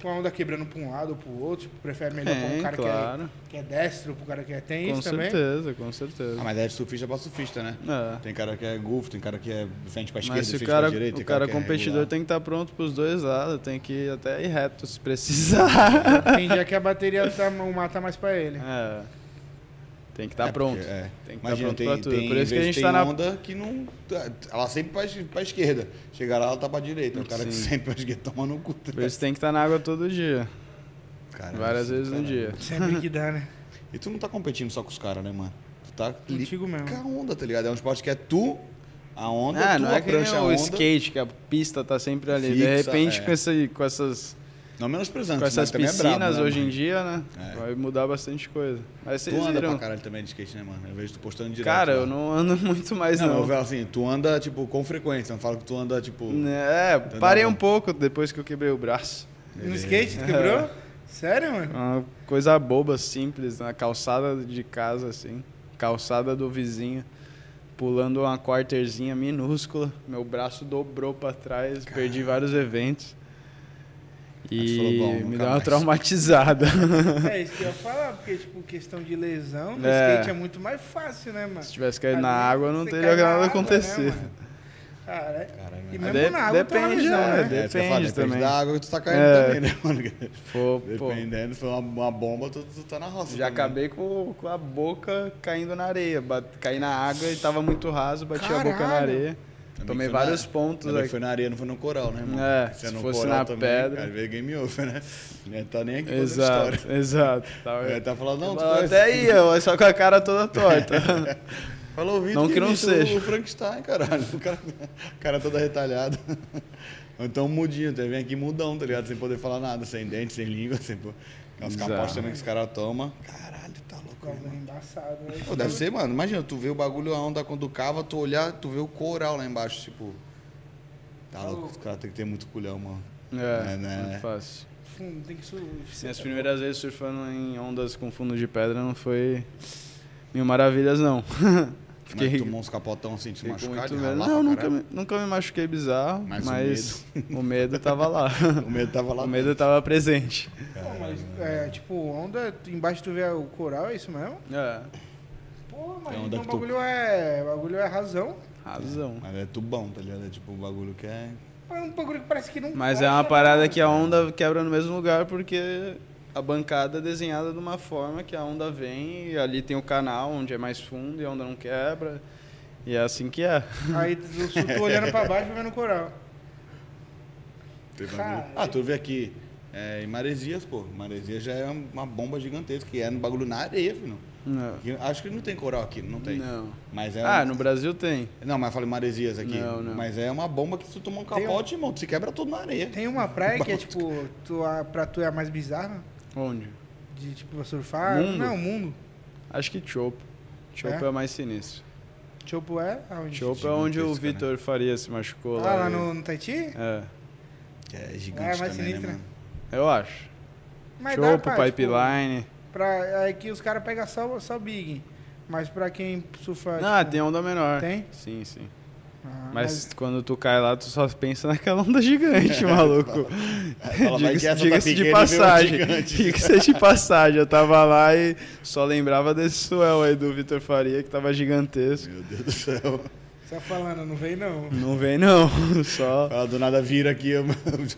S3: Com a onda quebrando pra um lado ou pro outro, tipo, prefere melhor pra um
S2: Tem,
S3: cara
S2: claro.
S3: que, é, que é destro, pro cara que é... Tem
S2: com
S3: isso também?
S2: certeza, com certeza.
S1: Ah, mas é de surfista pra surfista, né?
S2: É.
S1: Tem cara que é golfo, tem cara que é de frente pra esquerda,
S2: Mas
S1: de
S2: se o
S1: frente
S2: cara,
S1: pra direita.
S2: o
S1: tem
S2: cara
S1: que é
S2: competidor
S1: regular.
S2: tem que estar pronto pros dois lados, tem que ir até ir reto se precisar.
S3: Tem dia que a bateria tá, o mata mais pra ele.
S2: É. Tem que estar
S1: É, porque,
S2: pronto.
S1: é.
S2: Tem que estar
S1: Imagina,
S2: pronto
S1: tem,
S2: pra tudo.
S1: tem
S2: Por isso que a
S1: vezes
S2: gente
S1: tem
S2: tá na.
S1: onda que não... tá, Ela sempre pra, es- pra esquerda. Chegar lá, ela tá pra direita. O cara que
S2: Sim.
S1: sempre pra esquerda toma no cu. tá
S2: Por
S1: ligado?
S2: isso tem que estar na água todo dia.
S1: Cara,
S2: várias
S1: isso,
S2: vezes no
S1: cara.
S2: dia.
S3: Sempre que dá, né?
S1: E tu não tá competindo só com os caras, né, mano? Tu tá li-
S3: Contigo mesmo.
S1: com a onda, tá ligado? É um esporte que é tu, a onda,
S2: ah,
S1: tu,
S2: não
S1: a
S2: é que nem
S1: prancha, a
S2: o
S1: onda.
S2: skate, que a pista tá sempre ali. de
S1: Fixa,
S2: repente,
S1: é.
S2: com, esse, com essas,
S1: Não menosprezando,
S2: com
S1: esse
S2: essas
S1: moleque
S2: piscinas
S1: também é brabo, né,
S2: hoje em
S1: mano?
S2: dia, né?
S1: É.
S2: Vai mudar bastante coisa. Mas vocês
S1: Tu anda pra
S2: viram.
S1: caralho também de skate, né, mano? Eu vejo tu postando direto.
S2: Cara,
S1: lá.
S2: eu não ando muito mais,
S1: Não,
S2: não.
S1: eu falo assim, tu anda, tipo, com frequência. Eu não falo que tu anda, tipo...
S2: É, parei um
S1: bom.
S2: pouco depois que eu quebrei o braço.
S3: No skate, tu quebrou? Sério, mano?
S2: Uma coisa boba, simples, na calçada de casa, assim. Calçada do vizinho. Pulando uma quarterzinha minúscula. Meu braço dobrou pra trás. Perdi vários eventos.
S1: tu
S2: E
S1: falou, "Bom, nunca
S2: me deu uma
S1: mais."
S2: traumatizada.
S3: É isso que eu ia falar, porque, tipo, questão de lesão, no
S2: É. Tipo,
S3: skate é muito mais fácil, né, mano?
S2: Se tivesse caído na
S3: Ali,
S2: água, não
S3: você
S2: teria
S3: cai na
S2: nada
S3: água, né,
S2: acontecido.
S3: mano? Cara, é
S1: Caralho,
S3: e
S1: mano.
S3: mesmo
S2: De-
S3: na água tem uma
S2: depende,
S3: visão,
S2: é,
S3: né?
S1: É, isso que eu falo,
S2: Depende
S1: depende
S2: também.
S1: da água que tu tá caindo
S2: É.
S1: também, né, mano?
S2: Pô, pô,
S1: Dependendo, foi uma, uma bomba, tu, tu tá na roça.
S2: já
S1: também.
S2: acabei com, com a boca caindo na areia. Bat- caí na água e tava muito raso, bati a boca na
S3: Caralho!
S2: areia.
S1: Também
S2: Tomei
S1: foi na-
S2: vários pontos
S1: Ainda bem que
S2: aqui.
S1: foi na areia, não foi no coral, né, mano?
S2: É,
S1: é
S2: se
S1: no
S2: fosse
S1: coral
S2: na pedra.
S1: Cara, veio game over, né? Não tá nem aqui contando
S2: Exato,
S1: história.
S2: exato. Tava-
S1: Ele tá falando, não, tu
S2: É, Mas É, né?
S1: conhece-
S2: até ia, mas só com a cara toda torta.
S1: Falou o Vitor
S2: Não que não
S1: imita
S2: seja.
S1: o Frankenstein, caralho. O cara, o cara todo arretalhado. Ou então mudinho, tu vem aqui mudão, tá ligado? Sem poder falar nada, sem dente, sem língua, sem... po- Aquelas
S2: Exato.
S1: capostas também que os caras tomam. Caralho, tá louco,
S3: Com
S1: né,
S3: algum
S1: mano?
S3: embaçado, né?
S1: Pô, deve ser, mano. Imagina, tu vê o bagulho, a onda quando cava, tu olhar, tu vê o coral lá embaixo, tipo... Tá louco, os caras tem que ter muito culhão, mano.
S2: É,
S1: É, né?
S2: muito fácil.
S3: Tipo, Fundo, tem que subir.
S2: Minhas primeiras vezes surfando em ondas com fundo de pedra não foi mil maravilhas, não.
S1: Fiquei... Mas
S2: Fiquei,
S1: tu tomou uns capotão assim, te
S2: fiquei com
S1: machucar,
S2: muito
S1: de
S2: medo.
S1: ralar
S2: Não,
S1: pra
S2: nunca
S1: caralho?
S2: me, nunca me machuquei bizarro,
S1: Mas
S2: mas,
S1: o
S2: o medo tava lá.
S1: O medo tava lá
S2: o medo tava presente.
S3: Pô, mas,
S1: né?
S3: é, tipo, onda, tu- embaixo tu vê o coral, é isso mesmo?
S2: É,
S3: Pô, mas
S1: É onda
S3: então o
S1: que tu-
S3: bagulho é. bagulho é razão.
S2: razão.
S1: Mas é tubão, tá ligado? É tipo um bagulho que é.
S3: É um bagulho que parece que não.
S2: Mas é
S3: fecha,
S2: uma
S3: né?
S2: parada que a onda quebra no mesmo lugar porque a bancada é desenhada de uma forma que a onda vem e ali tem o canal onde é mais fundo e a onda não quebra. E é assim que é.
S3: Aí tu tu olhando pra baixo e vendo o coral.
S1: tem bagulho.
S3: Cara.
S1: Ah, tu vê aqui. É, em Maresias, pô. Maresias já é uma bomba gigantesca, que é no bagulho na areia, filho.
S2: Não.
S1: Aqui- Acho que não tem coral aqui, não tem.
S2: Não.
S1: Mas é.
S2: Ah,
S1: um-
S2: no Brasil tem.
S1: Não, mas eu falei Maresias aqui.
S2: Não, não.
S1: Mas é uma bomba que se tu tomar um
S3: Tem um-
S1: capote, irmão, tu se quebra todo na areia.
S3: Tem uma praia que é tipo, tu, a, pra tu é a mais bizarra,
S2: Onde?
S3: de tipo surfar.
S2: Mundo?
S3: Não, o mundo.
S2: Acho que Chopo. Chopo é,
S3: É?
S2: mais sinistro.
S3: Tipo, é aonde?
S2: Chopo é onde o
S1: Gigantesco, né?
S2: Vitor Faria se machucou
S3: Ah,
S2: lá.
S3: lá
S2: e-
S3: no, no Tahiti?
S2: É,
S1: É
S3: Ah,
S1: gigante
S3: é mais
S1: também,
S3: sinistra.
S1: né, mano?
S2: eu acho.
S3: Mas dá
S2: Chopo,
S3: pra,
S2: Pipeline.
S3: Tipo, pra, aí que os caras pegam só, só Big. Mas pra quem surfa.
S2: Ah,
S3: tipo,
S2: tem onda menor.
S3: Tem?
S2: Sim, sim.
S3: ah,
S2: Mas quando tu cai lá, tu só pensa naquela onda gigante, maluco.
S1: Fala, vai que
S2: Diga-se
S1: essa tá
S2: diga-se
S1: pequena
S2: de
S1: e vê um
S2: passagem.
S1: gigante.
S2: Diga-se de passagem. Eu tava lá e só lembrava desse suel aí do Vitor Faria, que tava gigantesco.
S1: Meu Deus do céu.
S3: Só tá falando, não vem não.
S2: Não vem, não. Só.
S1: Fala, Ah, do nada vira aqui. eu-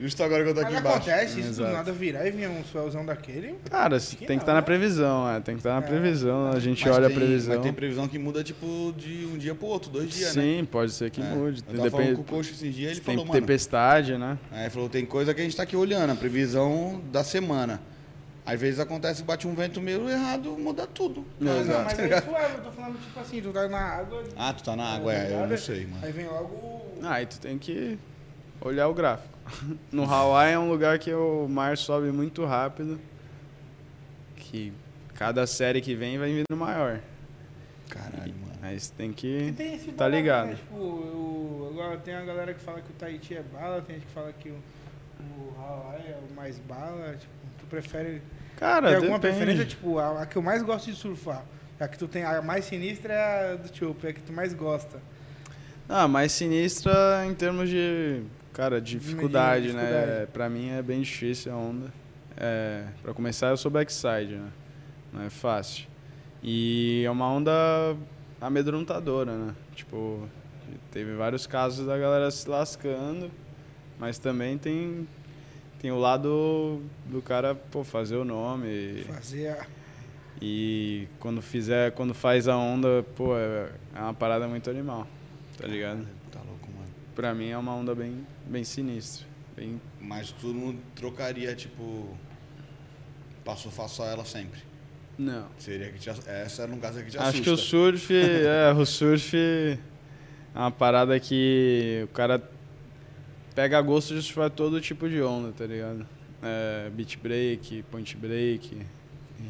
S1: Justo agora que eu tô aqui
S3: Mas
S1: embaixo.
S3: acontece isso do
S2: Exato.
S3: nada virar e vir um suelzão daquele.
S2: Cara, você
S3: que
S2: tem que
S3: não,
S2: estar na
S3: né?
S2: previsão, é. Tem que estar na
S3: É.
S2: previsão. A gente
S1: Mas
S2: olha
S1: tem-
S2: a previsão.
S1: Mas tem previsão que muda, tipo, de um dia pro outro, dois dias, né?
S2: Sim, pode ser que
S1: É.
S2: mude.
S1: Eu tava falando
S2: Depende-
S1: com o coach esses dias, ele
S2: tem
S1: falou, mano...
S2: tempestade, né?
S1: Aí ele falou, tem coisa que a gente tá aqui olhando, a previsão da semana. Às vezes acontece, bate um vento meio errado, muda tudo.
S3: Ah, não,
S2: Exato.
S3: mas é suave, eu tô falando tipo assim, tu tá na água.
S1: Ah, tu tá na água,
S3: tá
S1: é, eu
S3: ligado?
S1: não sei, mano.
S3: Aí vem logo o-
S2: Ah, e tu tem que olhar o gráfico. No Hawaii é um lugar que o mar sobe muito rápido. Que cada série que vem vai vindo maior.
S1: Caralho, mano.
S2: Mas tem que.
S3: E tem esse
S2: tá
S3: barato, né?
S2: ligado.
S3: Tipo, eu, agora tem a galera que fala que o Tahiti é bala, tem gente que fala que o, o Hawaii é o mais bala. Tipo, tu prefere.
S2: Cara,
S3: tem alguma
S2: depende.
S3: preferência? Tipo, a, a que eu mais gosto de surfar. A que tu tem, a mais sinistra é a do Chope, é a que tu mais gosta.
S2: Ah, mais sinistra em termos de, cara, de dificuldade, né?
S3: dificuldade.
S2: Pra mim é bem difícil a onda. É, pra começar, eu sou backside, né? Não é fácil. E é uma onda amedrontadora, né? Tipo, teve vários casos da galera se lascando, mas também tem, tem o lado do cara, pô, fazer o nome. e-
S3: Fazer a.
S2: e quando fizer, quando faz a onda, pô, é é uma parada muito animal, tá ligado?
S1: Tá louco, mano.
S2: Pra mim é uma onda bem, bem sinistra. Bem...
S1: Mas todo mundo trocaria, tipo. Passo faço a ela sempre.
S2: Não.
S1: Seria que te, ass- essa era um caso que te
S2: Acho
S1: assusta.
S2: que o surf, é, o surf é uma parada que o cara pega gosto de surfar todo tipo de onda, tá ligado? É, beach break, point break,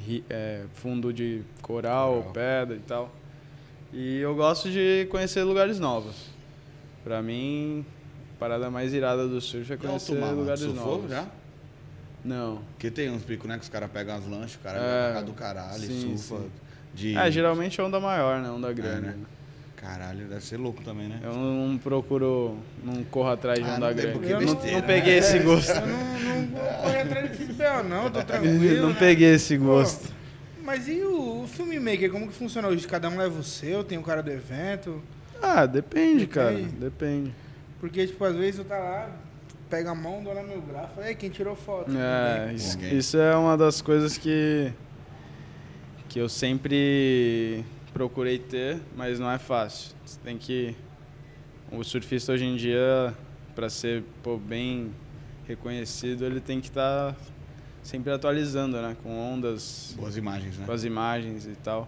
S2: ri- é, fundo de coral,
S1: Coral.
S2: pedra e tal. E eu gosto de conhecer lugares novos. Pra mim, a parada mais irada do surf
S1: E
S2: é
S1: alto
S2: conhecer
S1: mar, mano?
S2: lugares
S1: Surfou
S2: novos.
S1: já?
S2: Não.
S1: Porque tem uns picos, né? Que os caras pegam as lanches, o cara
S2: É,
S1: vai pra cá do caralho,
S2: sim,
S1: surfa.
S2: sim.
S1: De...
S2: É, geralmente é onda maior, né? Onda grande.
S1: né?
S2: né?
S1: Caralho, deve ser louco também, né?
S2: Eu não procuro, não corro atrás de
S1: Ah,
S2: onda
S1: não tem
S2: grande.
S1: porque
S2: Não,
S1: besteira,
S2: não peguei
S1: né?
S2: esse gosto.
S3: Eu não, não vou correr atrás desse BO, não, tô tranquilo.
S2: não
S3: né?
S2: peguei esse gosto.
S3: Mas e o, o filmmaker, como que funciona hoje? Cada um leva o seu, tem o cara do evento.
S2: Ah, depende,
S3: Depende.
S2: cara. Depende.
S3: Porque, tipo, às vezes eu tá lá, pega a mão, dou na meu braço, fala, "Ei, quem tirou foto?
S2: É,
S1: Ninguém.
S2: isso,
S1: Ninguém.
S2: isso é uma das coisas que que eu sempre procurei ter, mas não é fácil. Você tem que o surfista hoje em dia para ser pô, bem reconhecido, ele tem que estar sempre atualizando, né, com ondas,
S1: Boas imagens, né?
S2: com as imagens e tal.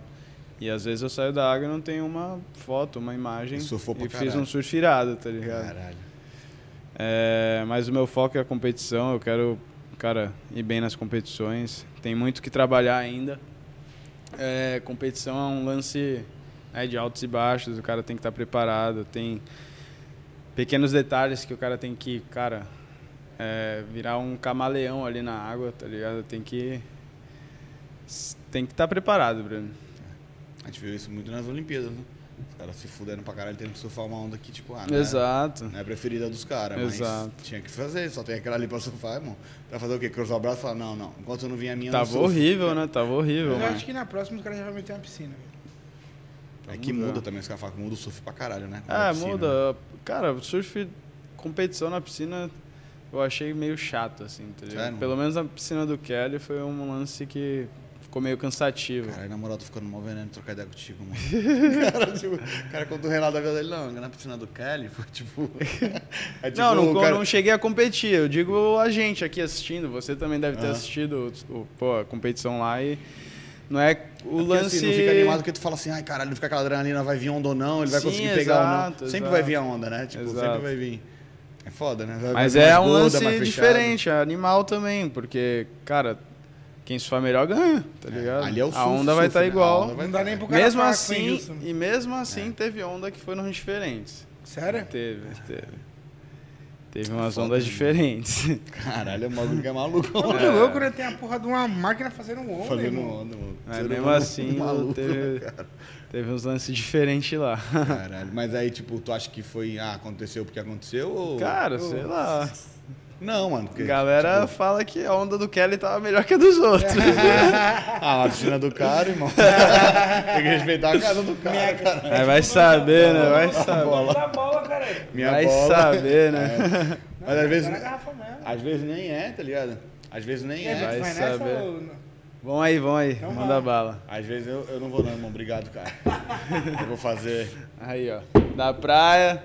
S2: E às vezes eu saio da água e não tenho uma foto, uma imagem.
S1: Surfou pra
S2: e fiz
S1: caralho.
S2: um surf irado, tá ligado?
S1: Caralho.
S2: É, mas o meu foco é a competição, eu quero, cara, ir bem nas competições. Tem muito que trabalhar ainda. É, competição é um lance né, de altos e baixos, o cara tem que estar preparado, tem pequenos detalhes que o cara tem que, cara, é, virar um camaleão ali na água, tá ligado? Tem que tem que estar preparado, Bruno.
S1: A gente viu isso muito nas Olimpíadas, né? Os caras se fuderam pra caralho tendo que surfar uma onda que, tipo, ah, não é-
S2: Exato.
S1: Não é a preferida dos caras, mas
S2: Exato.
S1: tinha que fazer, só tem aquela ali pra surfar, irmão. Pra fazer o quê? Cruzar o braço e falar, não, não, enquanto eu não vim a minha, eu não
S2: Tava
S1: surfo.
S2: horrível, né? Tava horrível,
S3: Eu
S2: mano.
S3: acho que na próxima os caras já vão meter uma piscina. velho.
S1: É que muda também, os caras falam que muda o surf pra caralho, né? Quando é
S2: Ah,
S1: piscina, né?
S2: muda. Cara, o surf, competição na piscina, eu achei meio chato, assim, tá ligado?
S1: Sério?
S2: Pelo menos na piscina do Kelly foi um lance que ficou meio cansativo.
S1: Caralho, na moral, tô ficando mal veneno trocar ideia contigo, mano. O cara, tipo, o cara conta o relato da vida dele, não, na piscina do Kelly, foi tipo... É tipo,
S2: não, não,
S1: o cara-
S2: não cheguei a competir. Eu digo a gente aqui assistindo. Você também deve ter
S1: Aham.
S2: assistido o- o- pô, a competição lá e não é o
S1: É porque,
S2: lance.
S1: assim, não fica animado porque tu fala assim, ai caralho, não fica aquela adrenalina, vai vir onda ou não, ele vai
S2: Sim,
S1: conseguir pegar ou não.
S2: exato,
S1: Sempre
S2: exato.
S1: vai vir a onda, né? Tipo, sempre
S2: Exato.
S1: vai vir. É foda, né? Vai
S2: Mas
S1: vir mais
S2: é um
S1: gorda,
S2: lance
S1: mais fechada.
S2: diferente, é animal também, porque, cara, quem surfar melhor ganha, tá ligado?
S1: ali é o
S2: a
S1: surf,
S2: onda
S1: surf,
S2: vai estar
S1: né? A
S2: igual.
S1: onda vai
S3: Não dá nem pro cara
S2: Mesmo
S3: fraco, hein,
S2: assim,
S3: Gilson?
S2: e mesmo
S3: É.
S2: assim teve onda que foram diferentes.
S3: Sério?
S2: Teve, teve. Teve umas
S1: Foda,
S2: ondas
S1: né?
S2: diferentes.
S1: Caralho, é um bagulho que é maluco.
S3: Não, que louco, né? Tem a porra de uma máquina fazendo um onda,
S1: Fazendo
S3: irmão.
S1: onda, mano.
S2: Mas
S1: Ser
S2: mesmo
S1: humano
S2: assim,
S1: maluco,
S2: teve,
S1: né, cara?
S2: teve uns lances diferentes lá.
S1: Caralho, mas aí, tipo, tu acha que foi, ah, aconteceu porque aconteceu ou...
S2: Cara, sei lá.
S1: Não, mano, porque...
S2: A galera
S1: tipo-
S2: fala que a onda do Kelly tava melhor que a dos outros.
S3: É.
S1: Ah, a piscina do cara, irmão. Tem que respeitar a casa do cara, cara.
S2: Mas vai saber, né? Vai saber.
S3: Bola. bola, É. cara.
S1: Minha
S2: Vai
S1: bola.
S2: saber, né?
S1: Mas às vezes...
S3: Cara, garrafa mesmo.
S1: Às vezes nem é, tá ligado? Às vezes nem
S3: E a gente
S1: é.
S2: vai
S3: vai nessa
S2: saber.
S3: ou não?
S2: Vão aí, vão aí.
S3: Então
S2: Manda
S3: vai.
S2: bala.
S1: Às vezes eu, eu não vou não, irmão. Obrigado, cara. Eu vou fazer
S2: Aí, ó. Da praia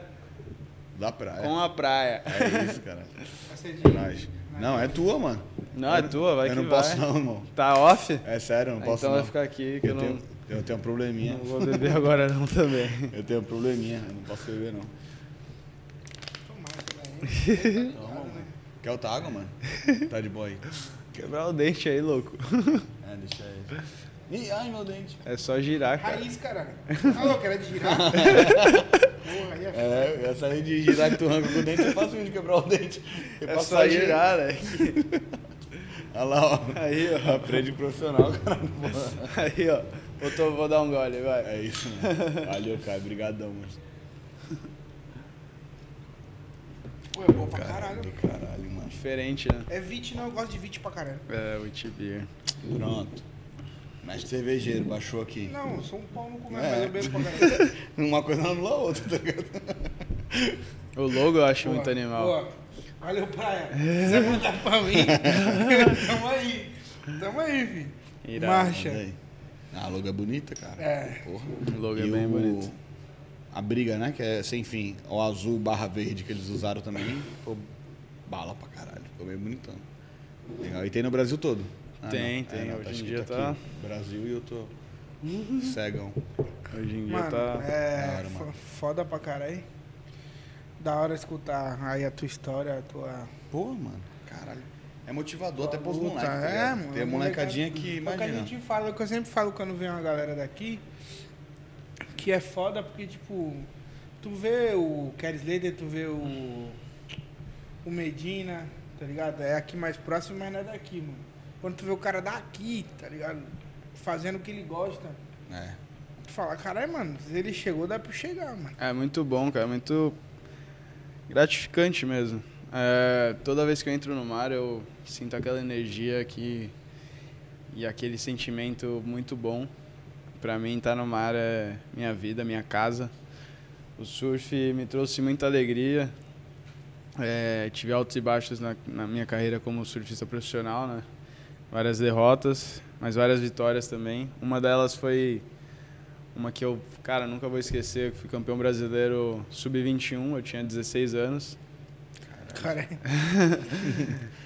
S1: da praia.
S2: com a praia.
S1: É isso, cara.
S3: Vai ser de-
S1: Coragem. Não, é tua, mano.
S2: Não, é tua, vai
S1: eu
S2: que
S1: não
S2: vai.
S1: posso não, irmão.
S2: Tá off?
S1: É sério, eu não
S2: Ah,
S1: posso
S2: então
S1: não.
S2: vai ficar aqui que eu,
S1: eu,
S2: não,
S1: tenho, eu tenho um probleminha.
S2: não vou beber agora não também.
S1: Eu tenho um probleminha, eu não posso beber não.
S3: Tomara, cara.
S1: Toma, mano. Quer outra água, mano? Tá de boa aí.
S2: Quebrar o dente aí, louco.
S1: É, deixa aí. Ih, ai, meu dente.
S2: É só girar, cara.
S3: Raiz, caralho. Tá louco, era de girar. Porra, aí é foda.
S1: É, essa aí de girar que tu arranca com o dente, é fácil de quebrar o dente. Eu
S2: É
S1: passo
S2: só
S1: aí-
S2: girar, né?
S1: Olha lá, ó.
S2: Aí, ó.
S1: Aprende profissional, cara.
S2: Aí, ó. Eu tô- vou dar um gole, vai.
S1: É isso, mano. Valeu, cara. Obrigadão, mano.
S3: Pô, é bom pra caralho.
S1: Do caralho, mano.
S2: Diferente, né?
S3: É 20, não, eu gosto de 20 pra caralho.
S2: É, o Itibir.
S1: Pronto. Mestre cervejeiro, baixou aqui.
S3: Não, eu sou um pau no cu mesmo,
S1: É.
S3: mas eu bebo pra caralho.
S1: Uma coisa não anula a outra, tá ligado?
S2: O logo eu acho muito
S3: Boa,
S2: animal.
S3: boa. Valeu, praia. Se quiser mandar pra mim, tamo aí. Tamo aí, filho.
S2: Irado,
S3: Marcha.
S1: Olha aí. Ah, a logo é bonita, cara.
S3: É.
S1: Porra.
S2: O logo é
S1: E
S2: bem
S1: o-
S2: bonito.
S1: A briga, né? Que é sem fim. O azul barra verde que eles usaram também. Ficou bala pra caralho. Ficou bem bonitão. Legal. E tem no Brasil todo. Ah,
S2: Tem,
S1: não. É,
S2: tem.
S1: não,
S2: Hoje em
S1: escrito
S2: dia tá-
S1: aqui. Brasil e eu tô.
S3: Uhum.
S1: Cegão.
S2: Hoje em dia
S3: Mano,
S2: tá.
S1: da
S3: é
S1: hora, mano.
S3: fo- foda pra caralho. Da hora escutar aí a tua história, a tua...
S1: Pô, mano. Caralho. É motivador até pros
S3: Puta,
S1: moleques. tá
S3: é,
S1: ligado?
S3: mano.
S1: Tem a molecadinha que.
S3: É o que a
S1: Imagina.
S3: gente fala, é o que eu sempre falo quando vem uma galera daqui, que é foda porque, tipo, tu vê o Keris Slater, tu vê o, o Medina, tá ligado? É aqui mais próximo, mas não é daqui, mano. Quando tu vê o cara daqui, tá ligado? Fazendo o que ele gosta,
S1: É.
S3: tu fala, caralho, mano, se ele chegou, dá pra eu chegar, mano.
S2: É muito bom, cara. Muito gratificante mesmo. É, toda vez que eu entro no mar, eu sinto aquela energia que e aquele sentimento muito bom. Pra mim, estar no mar é minha vida, minha casa. O surf me trouxe muita alegria. É, tive altos e baixos na, na minha carreira como surfista profissional, né? Várias derrotas, mas várias vitórias também. Uma delas foi uma que eu, cara, nunca vou esquecer, que fui campeão brasileiro sub-21, eu tinha 16 anos.
S3: Caralho.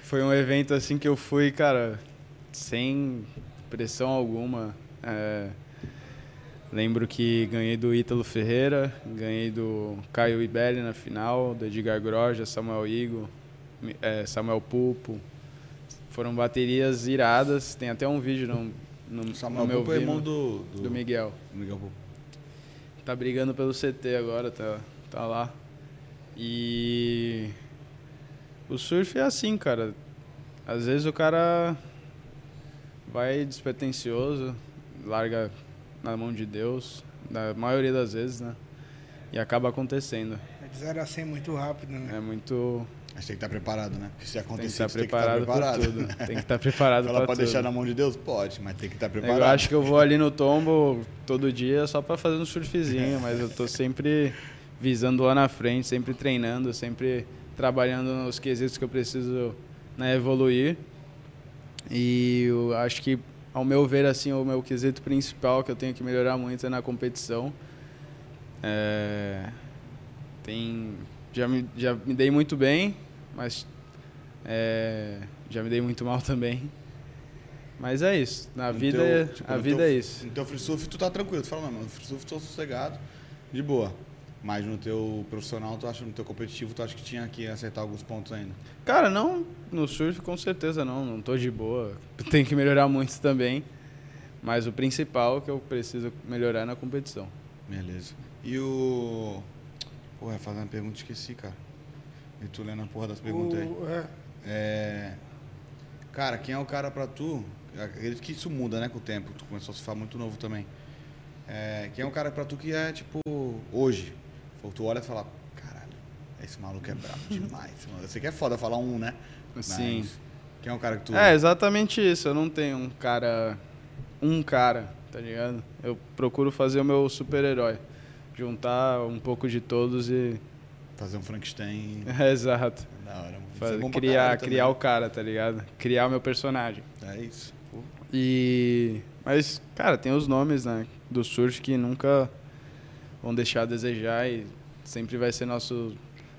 S2: Foi um evento assim que eu fui, cara, sem pressão alguma. É, lembro que ganhei do Ítalo Ferreira, ganhei do Caio Ibelli na final, do Edgar Groja, Samuel Igo, mi- é, Samuel Pupo. Foram baterias iradas, tem até um vídeo no, no,
S1: Samuel
S2: no meu
S1: Pupo é irmão do.
S2: vídeo
S1: Do,
S2: do Miguel.
S1: Miguel Pupo.
S2: Tá brigando pelo CT agora, tá, tá lá. E. O surf é assim, cara. Às vezes o cara vai despretensioso, larga na mão de Deus, na maioria das vezes, né? E acaba acontecendo.
S3: É de 0 a 100 muito rápido, né?
S2: É muito.
S1: Mas tem que estar preparado, né? Porque se
S2: Tem que
S1: acontecer,
S2: estar
S1: você tem que estar
S2: preparado, pra
S1: preparado.
S2: tudo. né? Tem que estar preparado
S1: Ela
S2: pra
S1: pode
S2: tudo.
S1: deixar na mão de Deus? Pode, mas tem que estar preparado.
S2: Eu acho que eu vou ali no tombo todo dia só pra fazer um surfzinho, mas eu tô sempre visando lá na frente, sempre treinando, sempre trabalhando nos quesitos que eu preciso né, evoluir. E eu acho que, ao meu ver, assim, o meu quesito principal que eu tenho que melhorar muito é na competição. É, tem, já, me, já me dei muito bem, mas é, já me dei muito mal também. Mas é isso. Na
S1: No
S2: vida,
S1: teu-
S2: é-
S1: tipo,
S2: a
S1: no
S2: vida
S1: teu-
S2: é isso.
S1: No teu free surf, tu tá tranquilo. Tu fala, não, mano, no free surf tô sossegado, de boa. Mas no teu profissional, tu acha, no teu competitivo, tu acha que tinha que acertar alguns pontos ainda.
S2: Cara, não no surf com certeza não, não tô de boa. Tenho que melhorar muito também. Mas o principal que eu preciso melhorar é na competição.
S1: Beleza. E o... Pô, ia fazer uma pergunta, esqueci, cara. E tu lendo a porra das perguntas aí.
S3: O- é.
S1: É... Cara, quem é o cara pra tu? Eu Acredito que isso muda, né, com o tempo. Tu começou a se falar muito novo também. É... Quem é o cara pra tu que é, tipo, hoje? Pô, Tu olha e fala, caralho, esse maluco é brabo demais. mano." Eu sei que é foda falar um, né?
S2: Sim.
S1: Mas Quem é o cara que tu...
S2: É, exatamente isso. Eu não tenho um cara. Um cara, tá ligado? Eu procuro fazer o meu super-herói. Juntar um pouco de todos e.
S1: Fazer um Frankenstein...
S2: É, exato.
S1: Da hora, mano. Isso
S2: Faz-
S1: é bom pra
S2: criar
S1: caralho também.
S2: criar o cara, tá ligado? Criar o meu personagem.
S1: É isso. Pô,
S2: E. Mas, cara, tem os nomes, né? Do surf que nunca vão deixar a desejar e sempre vai ser nosso,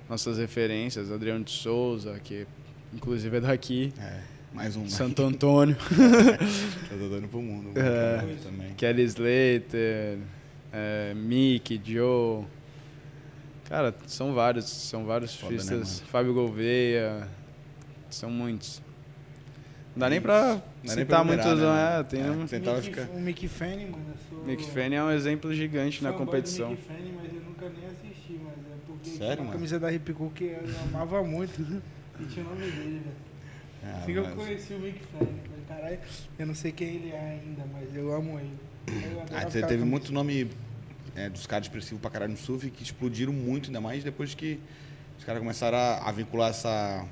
S2: nossas referências. Adriano de Souza, que inclusive é daqui.
S1: É, mais um. né?
S2: Santo Antônio,
S1: Tá dando pro mundo.
S2: É.
S1: Caralho Também.
S2: Kelly Slater, é, Mick, Joe. Cara, são vários, são vários
S1: Foda, né,
S2: surfistas. Fábio Gouveia, são muitos. Não dá nem
S1: Não
S2: pra
S1: é nem pra
S2: citar
S1: numerar,
S2: muitos.
S1: né?
S2: É, tá tem
S1: É,
S2: um-
S1: você tentava
S3: Mickey-
S1: ficar.
S3: O Mickey Fanny, mano. Eu sou
S2: Nick Fanny é um exemplo gigante na
S3: fanboy do
S2: competição.
S3: Mickey Fanny, mas eu nunca nem assisti, mas é porque
S1: Sério,
S3: tinha uma
S1: mano?
S3: camisa da Ripicu que eu amava muito. né? e tinha o nome dele, velho.
S1: Ah,
S3: Assim que eu
S1: mas-
S3: conheci o Mick Fanny. Falei, caralho, eu não sei quem ele é ainda, mas eu amo ele. Eu adoro
S1: Ah,
S3: os
S1: te-
S3: caras
S1: teve
S3: com
S1: muito nome é, dos caras expressivos pra caralho no surf que explodiram muito, ainda mais depois que os caras começaram a, a vincular essa.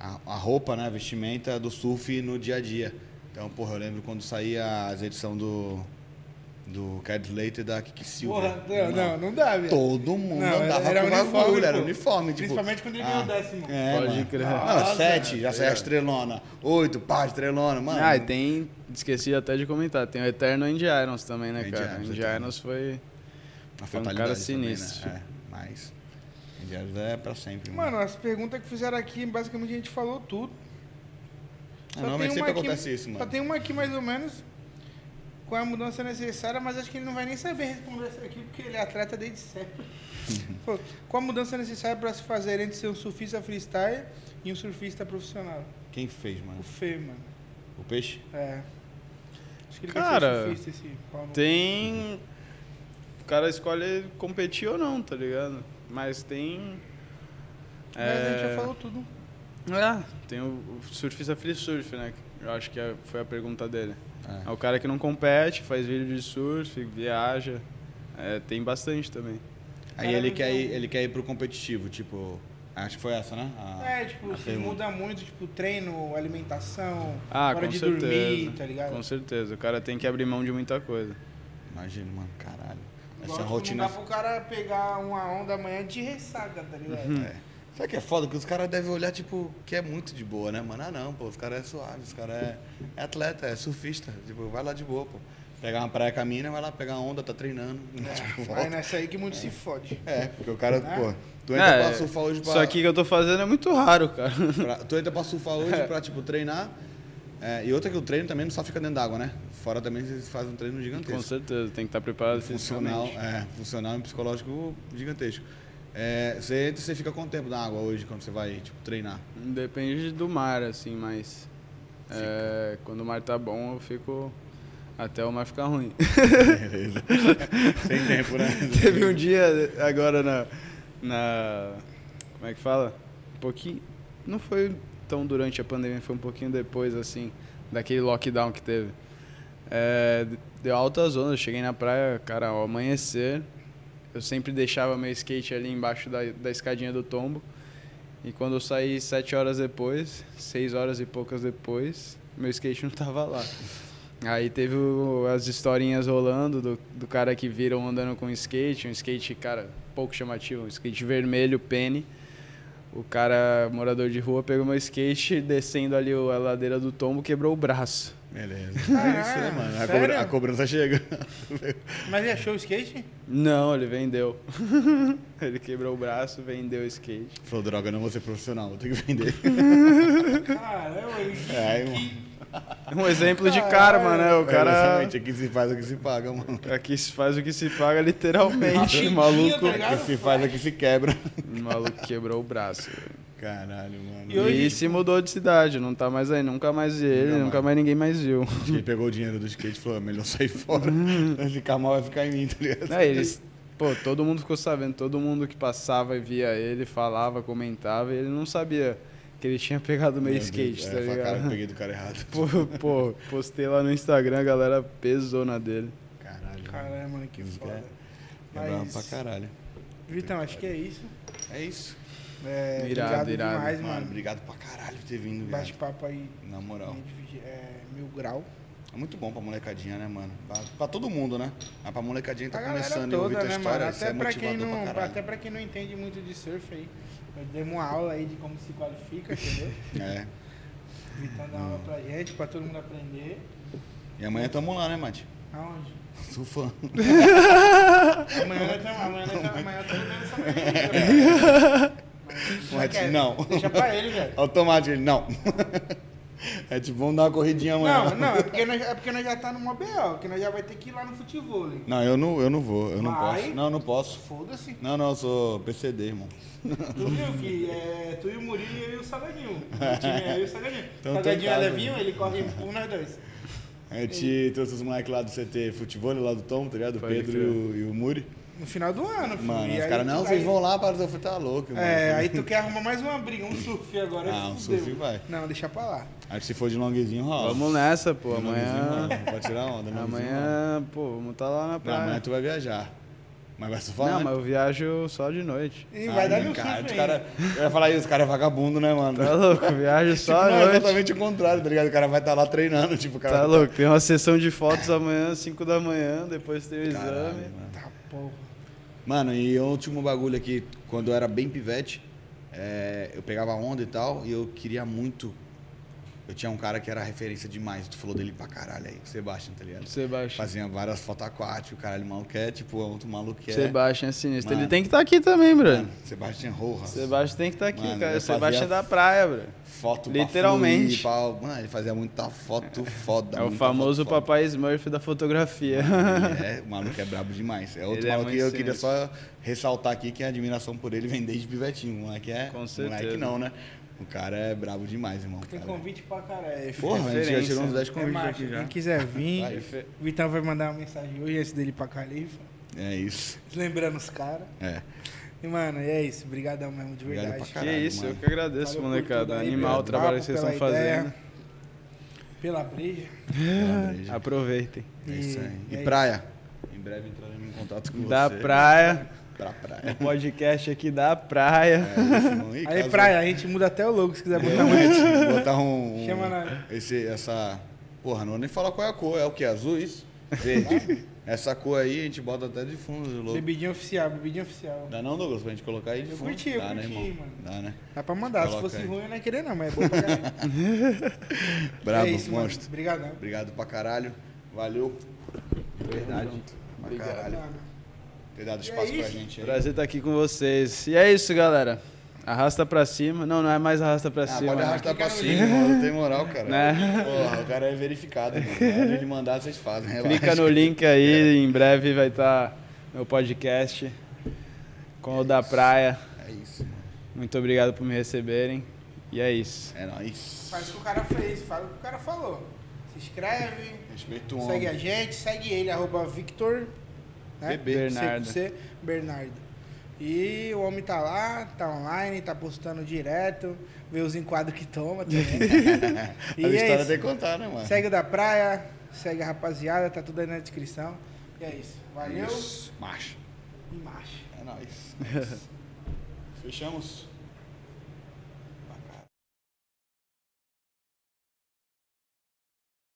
S1: A, a roupa, né? A vestimenta do surf no dia a dia. Então, porra, eu lembro quando saía as edições do. Do Cad Slater e da Kiki Silva.
S3: Porra, não, não, não dá, velho.
S1: né? Todo mundo
S3: Não,
S1: andava
S3: era um
S1: com
S3: uniforme,
S1: bagulho, era
S3: pô.
S1: uniforme. Tipo,
S3: Principalmente quando ele ganhou o décimo.
S1: É,
S2: Pode
S1: mano.
S2: crer.
S1: Não,
S3: Nossa,
S1: sete, já
S2: é.
S1: saiu a estrelona. Oito, pá, estrelona, mano.
S2: ah, e tem. Esqueci até de comentar, tem o Eterno Andy Irons também, né,
S1: Andy
S2: cara?
S1: Irons,
S2: Andy
S1: Eterno.
S2: Irons foi.
S1: Uma
S2: Foi um
S1: fatalidade
S2: cara
S1: também,
S2: sinistro.
S1: né? É, mas. Indianos é pra sempre.
S3: Mano, as perguntas que fizeram aqui, basicamente a gente falou tudo.
S1: Ah, não, mas sempre acontece isso,
S3: Só
S1: mano.
S3: tem uma aqui mais ou menos com a mudança necessária, mas acho que ele não vai nem saber responder essa aqui, porque ele é atleta desde sempre.
S1: Uhum.
S3: Pô, Qual a mudança necessária para se fazer entre ser um surfista freestyle e um surfista profissional?
S1: Quem fez,
S3: O
S1: mano?
S3: Fê, mano.
S1: O peixe?
S3: É. Acho que ele
S2: Cara,
S3: vai ser surfista esse Paulo.
S2: Tem. O cara escolhe competir ou não, tá ligado? Mas tem.
S3: Mas a gente
S1: é.
S3: já falou tudo.
S2: É, tem o o surfista free surf, né? Eu acho que é- foi a pergunta dele.
S1: É.
S2: É o cara que não compete, faz vídeo de surf, viaja. É, tem bastante também.
S1: Aí ele quer, ir, ele quer ir pro competitivo, tipo. Acho que foi essa, né? A-
S3: É, tipo,
S1: a
S3: se
S1: pergunta.
S3: muda muito, tipo, treino, alimentação,
S2: Ah,
S3: hora
S2: com
S3: de
S2: certeza.
S3: dormir, tá ligado?
S2: Com certeza. O cara tem que abrir mão de muita coisa.
S1: Imagina, mano, caralho. Essa
S3: Lógico,
S1: rotina.
S3: tipo, Não dá pro cara pegar uma onda amanhã de ressaca, tá ligado?
S1: É. Sabe que é foda? Que os caras devem olhar, tipo, que é muito de boa, né, mano? Ah, não, pô, os caras é suave, os caras é, é atleta, é surfista. Tipo, vai lá de boa, pô. Pegar uma praia camina, vai lá pegar uma onda, tá treinando. Tipo,
S3: É, Vai né?
S1: volta.
S3: nessa aí que muito se fode.
S1: É, porque o cara,
S3: Né?
S1: pô, tu entra
S2: É,
S1: pra surfar hoje pra.
S2: Isso aqui que eu tô fazendo é muito raro, cara.
S1: Pra- tu entra pra surfar hoje pra, tipo, treinar. É, e outra que o treino também não só fica dentro d'água, né? Fora também vocês fazem um treino
S2: Com
S1: gigantesco.
S2: certeza, tem que estar preparado
S1: Funcional,
S2: fisicamente.
S1: é, funcional e psicológico gigantesco. É, você entra e você fica quanto tempo na água hoje quando você vai, tipo, treinar?
S2: Depende do mar, assim, mas. é, quando o mar tá bom, eu fico. Até o mar ficar ruim.
S1: Beleza. Sem tempo, né?
S2: Teve um dia agora na. na como é que fala? Um pouquinho. Não foi tão durante a pandemia, foi um pouquinho depois, assim, daquele lockdown que teve. É, deu altas ondas, cheguei na praia, cara, ao amanhecer, eu sempre deixava meu skate ali embaixo da, da escadinha do tombo. E quando eu saí sete horas depois, seis horas e poucas depois, meu skate não tava lá. Aí teve o- as historinhas rolando do, do cara que viram andando com skate, um skate, cara, pouco chamativo, um skate vermelho, pene. O cara, morador de rua, pegou meu skate, descendo ali o- a ladeira do tombo, quebrou o braço.
S1: Beleza.
S3: Ah,
S1: É isso, né, mano? A,
S3: sério?
S1: cobra- a cobrança chega.
S3: Mas ele achou o skate?
S2: Não, ele vendeu. ele quebrou o braço, vendeu o skate.
S1: Falou, droga, eu não vou ser profissional, vou ter que vender.
S3: Caramba, ele
S1: É, mano.
S2: Um exemplo de karma, né? O cara.
S1: É, Exatamente, aqui se faz o que se paga, mano.
S2: Aqui se faz o que se paga, literalmente. O maluco,
S3: Tá ligado?
S1: O que se faz é que se quebra.
S2: o maluco quebrou o braço.
S1: Caralho, mano.
S2: E,
S3: hoje-
S2: se mudou de cidade, não tá mais aí, nunca mais vi ele,
S1: Nunca
S2: nunca
S1: mais.
S2: mais ninguém mais viu.
S1: Acho que ele pegou o dinheiro do skate e falou, "É melhor sair fora.
S3: Hum.
S1: Se ficar mal vai ficar em mim, tá ligado?
S2: Aí É, eles, pô, todo mundo ficou sabendo, todo mundo que passava e via ele, falava, comentava, e ele não sabia que ele tinha pegado meu,
S1: Meu
S2: skate,
S1: Deus,
S2: tá
S1: é, fala, Cara, eu
S2: ligado?
S1: peguei do cara errado.
S2: Pô, pô, postei lá no Instagram, a galera pesou na dele.
S1: Caralho.
S3: Caralho, mano, que
S1: Isso
S3: foda.
S1: É brabo pra
S3: Mas,
S1: caralho.
S3: Vitão, acho que é isso.
S1: É isso.
S3: É,
S2: Irado,
S3: obrigado
S2: irado.
S3: demais,
S1: mano,
S3: mano.
S1: obrigado pra caralho por ter vindo, velho.
S3: Bate-papo aí.
S1: Na moral.
S3: né, de- é, mil grau.
S1: É muito bom pra molecadinha, né, mano? Pra, pra todo mundo, né? Mas pra molecadinha tá
S3: Pra galera
S1: começando e ouvir
S3: toda,
S1: tua
S3: né,
S1: história,
S3: mano?
S1: isso é
S3: Até pra, quem
S1: motivador
S3: não,
S1: pra caralho.
S3: até pra quem não entende muito de surf aí. Eu dei uma aula aí de como se qualifica, entendeu?
S1: É.
S3: Vitão dá aula pra gente, pra todo mundo aprender.
S1: E amanhã tamo lá, né, Mate?
S3: Aonde?
S1: Surfando.
S3: Amanhã nós estamos amanhã nós tamo- amanhã nós tamo dando essa merda, velho.
S1: Mas não.
S3: Deixa pra ele, velho.
S1: Automático, ele, não. É tipo, vamos dar uma corridinha amanhã.
S3: Não, não, é porque, nós, é porque nós já tá numa BO, que nós já vai ter que ir lá no futebol. hein?
S1: Não, eu não, eu não vou, eu não
S3: Vai.
S1: posso. Não, eu não posso.
S3: Foda-se.
S1: Não, não, eu sou PCD, irmão.
S3: Tu viu que é tu e o Murilo e eu e o Salgadinho. O time é eu e o Salgadinho.
S1: Então
S3: o
S1: tá em
S3: Salgadinho é
S1: casa,
S3: levinho, ele corre por nós dois.
S1: A gente trouxe os moleques lá do CT Futebol, lá do Tom, tá ligado? O
S2: Pode
S1: Pedro
S2: crer. tipo,
S1: e o, e o Muri.
S3: No final do ano, filho.
S1: Mano,
S3: E
S1: os
S3: aí
S1: caras,
S3: tu-
S1: não,
S3: aí-
S1: vocês vão lá, para eu falei, tá louco, mano.
S3: É, aí tu quer arrumar mais uma briga, um surf agora.
S1: Ah, um
S3: fudeu.
S1: surf vai.
S3: Não, deixa pra lá.
S1: Acho que se for de longuezinho, rola.
S2: Vamos nessa, pô.
S1: De longuezinho,
S2: Amanhã.
S1: rola. Pode tirar onda, longuezinho, rola.
S2: Amanhã, pô, vamos estar lá na
S1: Não, amanhã
S2: praia.
S1: tu vai viajar. Mas vai só falar.
S2: Não,
S1: né?
S2: mas eu viajo só de noite.
S3: E vai dar
S1: Aí,
S3: um
S1: Ah, cara,
S3: surf
S1: os
S3: aí.
S1: cara, Eu ia falar isso, o cara é vagabundo, né, mano?
S2: Tá louco, eu viajo
S1: Tipo,
S2: só à
S1: não, é
S2: noite.
S1: exatamente o contrário, tá ligado? O cara vai estar lá treinando, tipo, o cara.
S2: Tá louco, tem uma sessão de fotos amanhã, 5 da manhã, depois tem o
S1: Caralho,
S2: exame.
S1: mano.
S3: Tá porra.
S1: Mano, e o último bagulho aqui, quando eu era bem pivete, é, eu pegava onda e tal, e eu queria muito. Eu tinha um cara que era referência demais, tu falou dele pra caralho aí, o Sebastian, tá ligado?
S2: Sebastião.
S1: Fazia várias fotos aquáticas, o caralho mal quer, tipo, é outro maluco que é.
S2: Sebastião é sinistro.
S1: Mano.
S2: Ele tem que estar aqui também, bro.
S1: Mano, Sebastian Rojas.
S2: Sebastião tem que estar aqui,
S1: Mano,
S2: cara.
S1: eu fazia-
S2: Sebastião é da praia, bro.
S1: Foto pra fluir,
S2: Literalmente.
S1: pra- Mano, ele fazia muita foto foda.
S2: É o
S1: muita
S2: famoso
S1: foto foda.
S2: papai Smurf da fotografia.
S1: Ele É, o maluco é brabo demais. É outro
S2: Ele é
S1: maluco que
S2: muito
S1: eu queria
S2: sinistro.
S1: só ressaltar aqui que a admiração por ele vem desde pivetinho. O moleque é.
S2: Com certeza.
S1: Moleque não, né? O cara é brabo demais, irmão. O
S3: Tem
S1: cara é-
S3: convite pra caralho.
S1: Porra, a gente já
S2: Referência.
S1: tirou uns 10
S3: É
S1: convites
S3: macho,
S1: aqui já.
S3: quem quiser vir,
S1: Vai.
S3: o Vitão vai mandar uma mensagem hoje, esse dele pra Califa,
S1: É isso.
S3: lembrando os caras.
S1: É.
S3: E, mano, e é isso, brigadão mesmo, de
S1: Obrigado
S3: verdade.
S1: pra
S2: que
S1: Caralho,
S2: isso, eu
S1: mano.
S2: que agradeço,
S3: Valeu por
S2: molecada.
S3: tudo aí,
S2: Animal o
S3: pelo
S2: trabalho que
S3: papo,
S2: vocês estão
S3: pela ideia,
S2: fazendo.
S3: Pela breja.
S1: Pela breja.
S2: Aproveitem.
S1: É isso aí.
S3: É.
S1: E,
S3: E- é
S1: praia. Em breve entraremos em contato com
S2: Da
S1: você.
S2: praia,
S1: Pra praia.
S2: podcast aqui da praia.
S1: É isso, irmão. E
S3: Aí,
S1: caso-
S3: praia, a gente muda até o logo se quiser
S1: É,
S3: botar mais.
S1: Realmente, botar um. um-
S3: Chama na-
S1: esse, essa. Porra, não vou nem falar qual é a cor. É o que? Azul isso? Verde. Essa cor aí a gente bota até de fundo de louco.
S3: Bebidinha oficial, bebidinha oficial.
S1: Dá não, Douglas, pra gente colocar aí de
S3: Eu
S1: fundo?
S3: curti, eu
S1: Dá, né,
S3: curti,
S1: irmão?
S3: mano.
S1: Dá, né?
S3: Dá pra mandar, se
S1: Coloca
S3: fosse
S1: aí.
S3: ruim eu não ia querer não, mas é bom pra caralho.
S1: Bravo,
S3: é isso,
S1: monstro.
S3: mano. Obrigadão.
S1: Obrigado pra caralho. Valeu. De verdade. Pra caralho.
S3: Mano,
S1: Ter dado
S3: E é
S1: espaço pra
S3: isso.
S1: gente aí.
S2: Prazer estar aqui com vocês. E é isso, galera. Arrasta pra cima. Não, não é mais arrasta pra
S1: Ah,
S2: cima.
S1: pode
S2: né?
S1: arrastar pra
S3: Fica no
S1: cima, irmão. Não tem moral, cara.
S2: Né?
S1: Porra, o cara é verificado, irmão. Na hora de ele mandar, vocês fazem. Relaxa.
S2: Clica no link aí, em breve vai estar meu podcast com o da praia.
S1: É isso, mano.
S2: Muito obrigado por me receberem. E é isso.
S1: É nóis.
S3: Faz o que o cara fez, faz o que o cara falou. Se inscreve,
S1: Respeita o homem.
S3: segue a gente, segue ele, arroba Victor né?
S1: BB.
S2: Bernardo.
S3: C com C, Bernardo. E o homem tá lá, tá online, tá postando direto, vê os enquadros que toma também.
S1: a
S3: e é
S1: história
S3: isso.
S1: tem que contar, né, mano?
S3: Segue o da praia, segue a rapaziada, tá tudo aí na descrição. E é isso. Valeu
S1: Isso. Macho.
S3: e marcha.
S1: É nóis. Fechamos.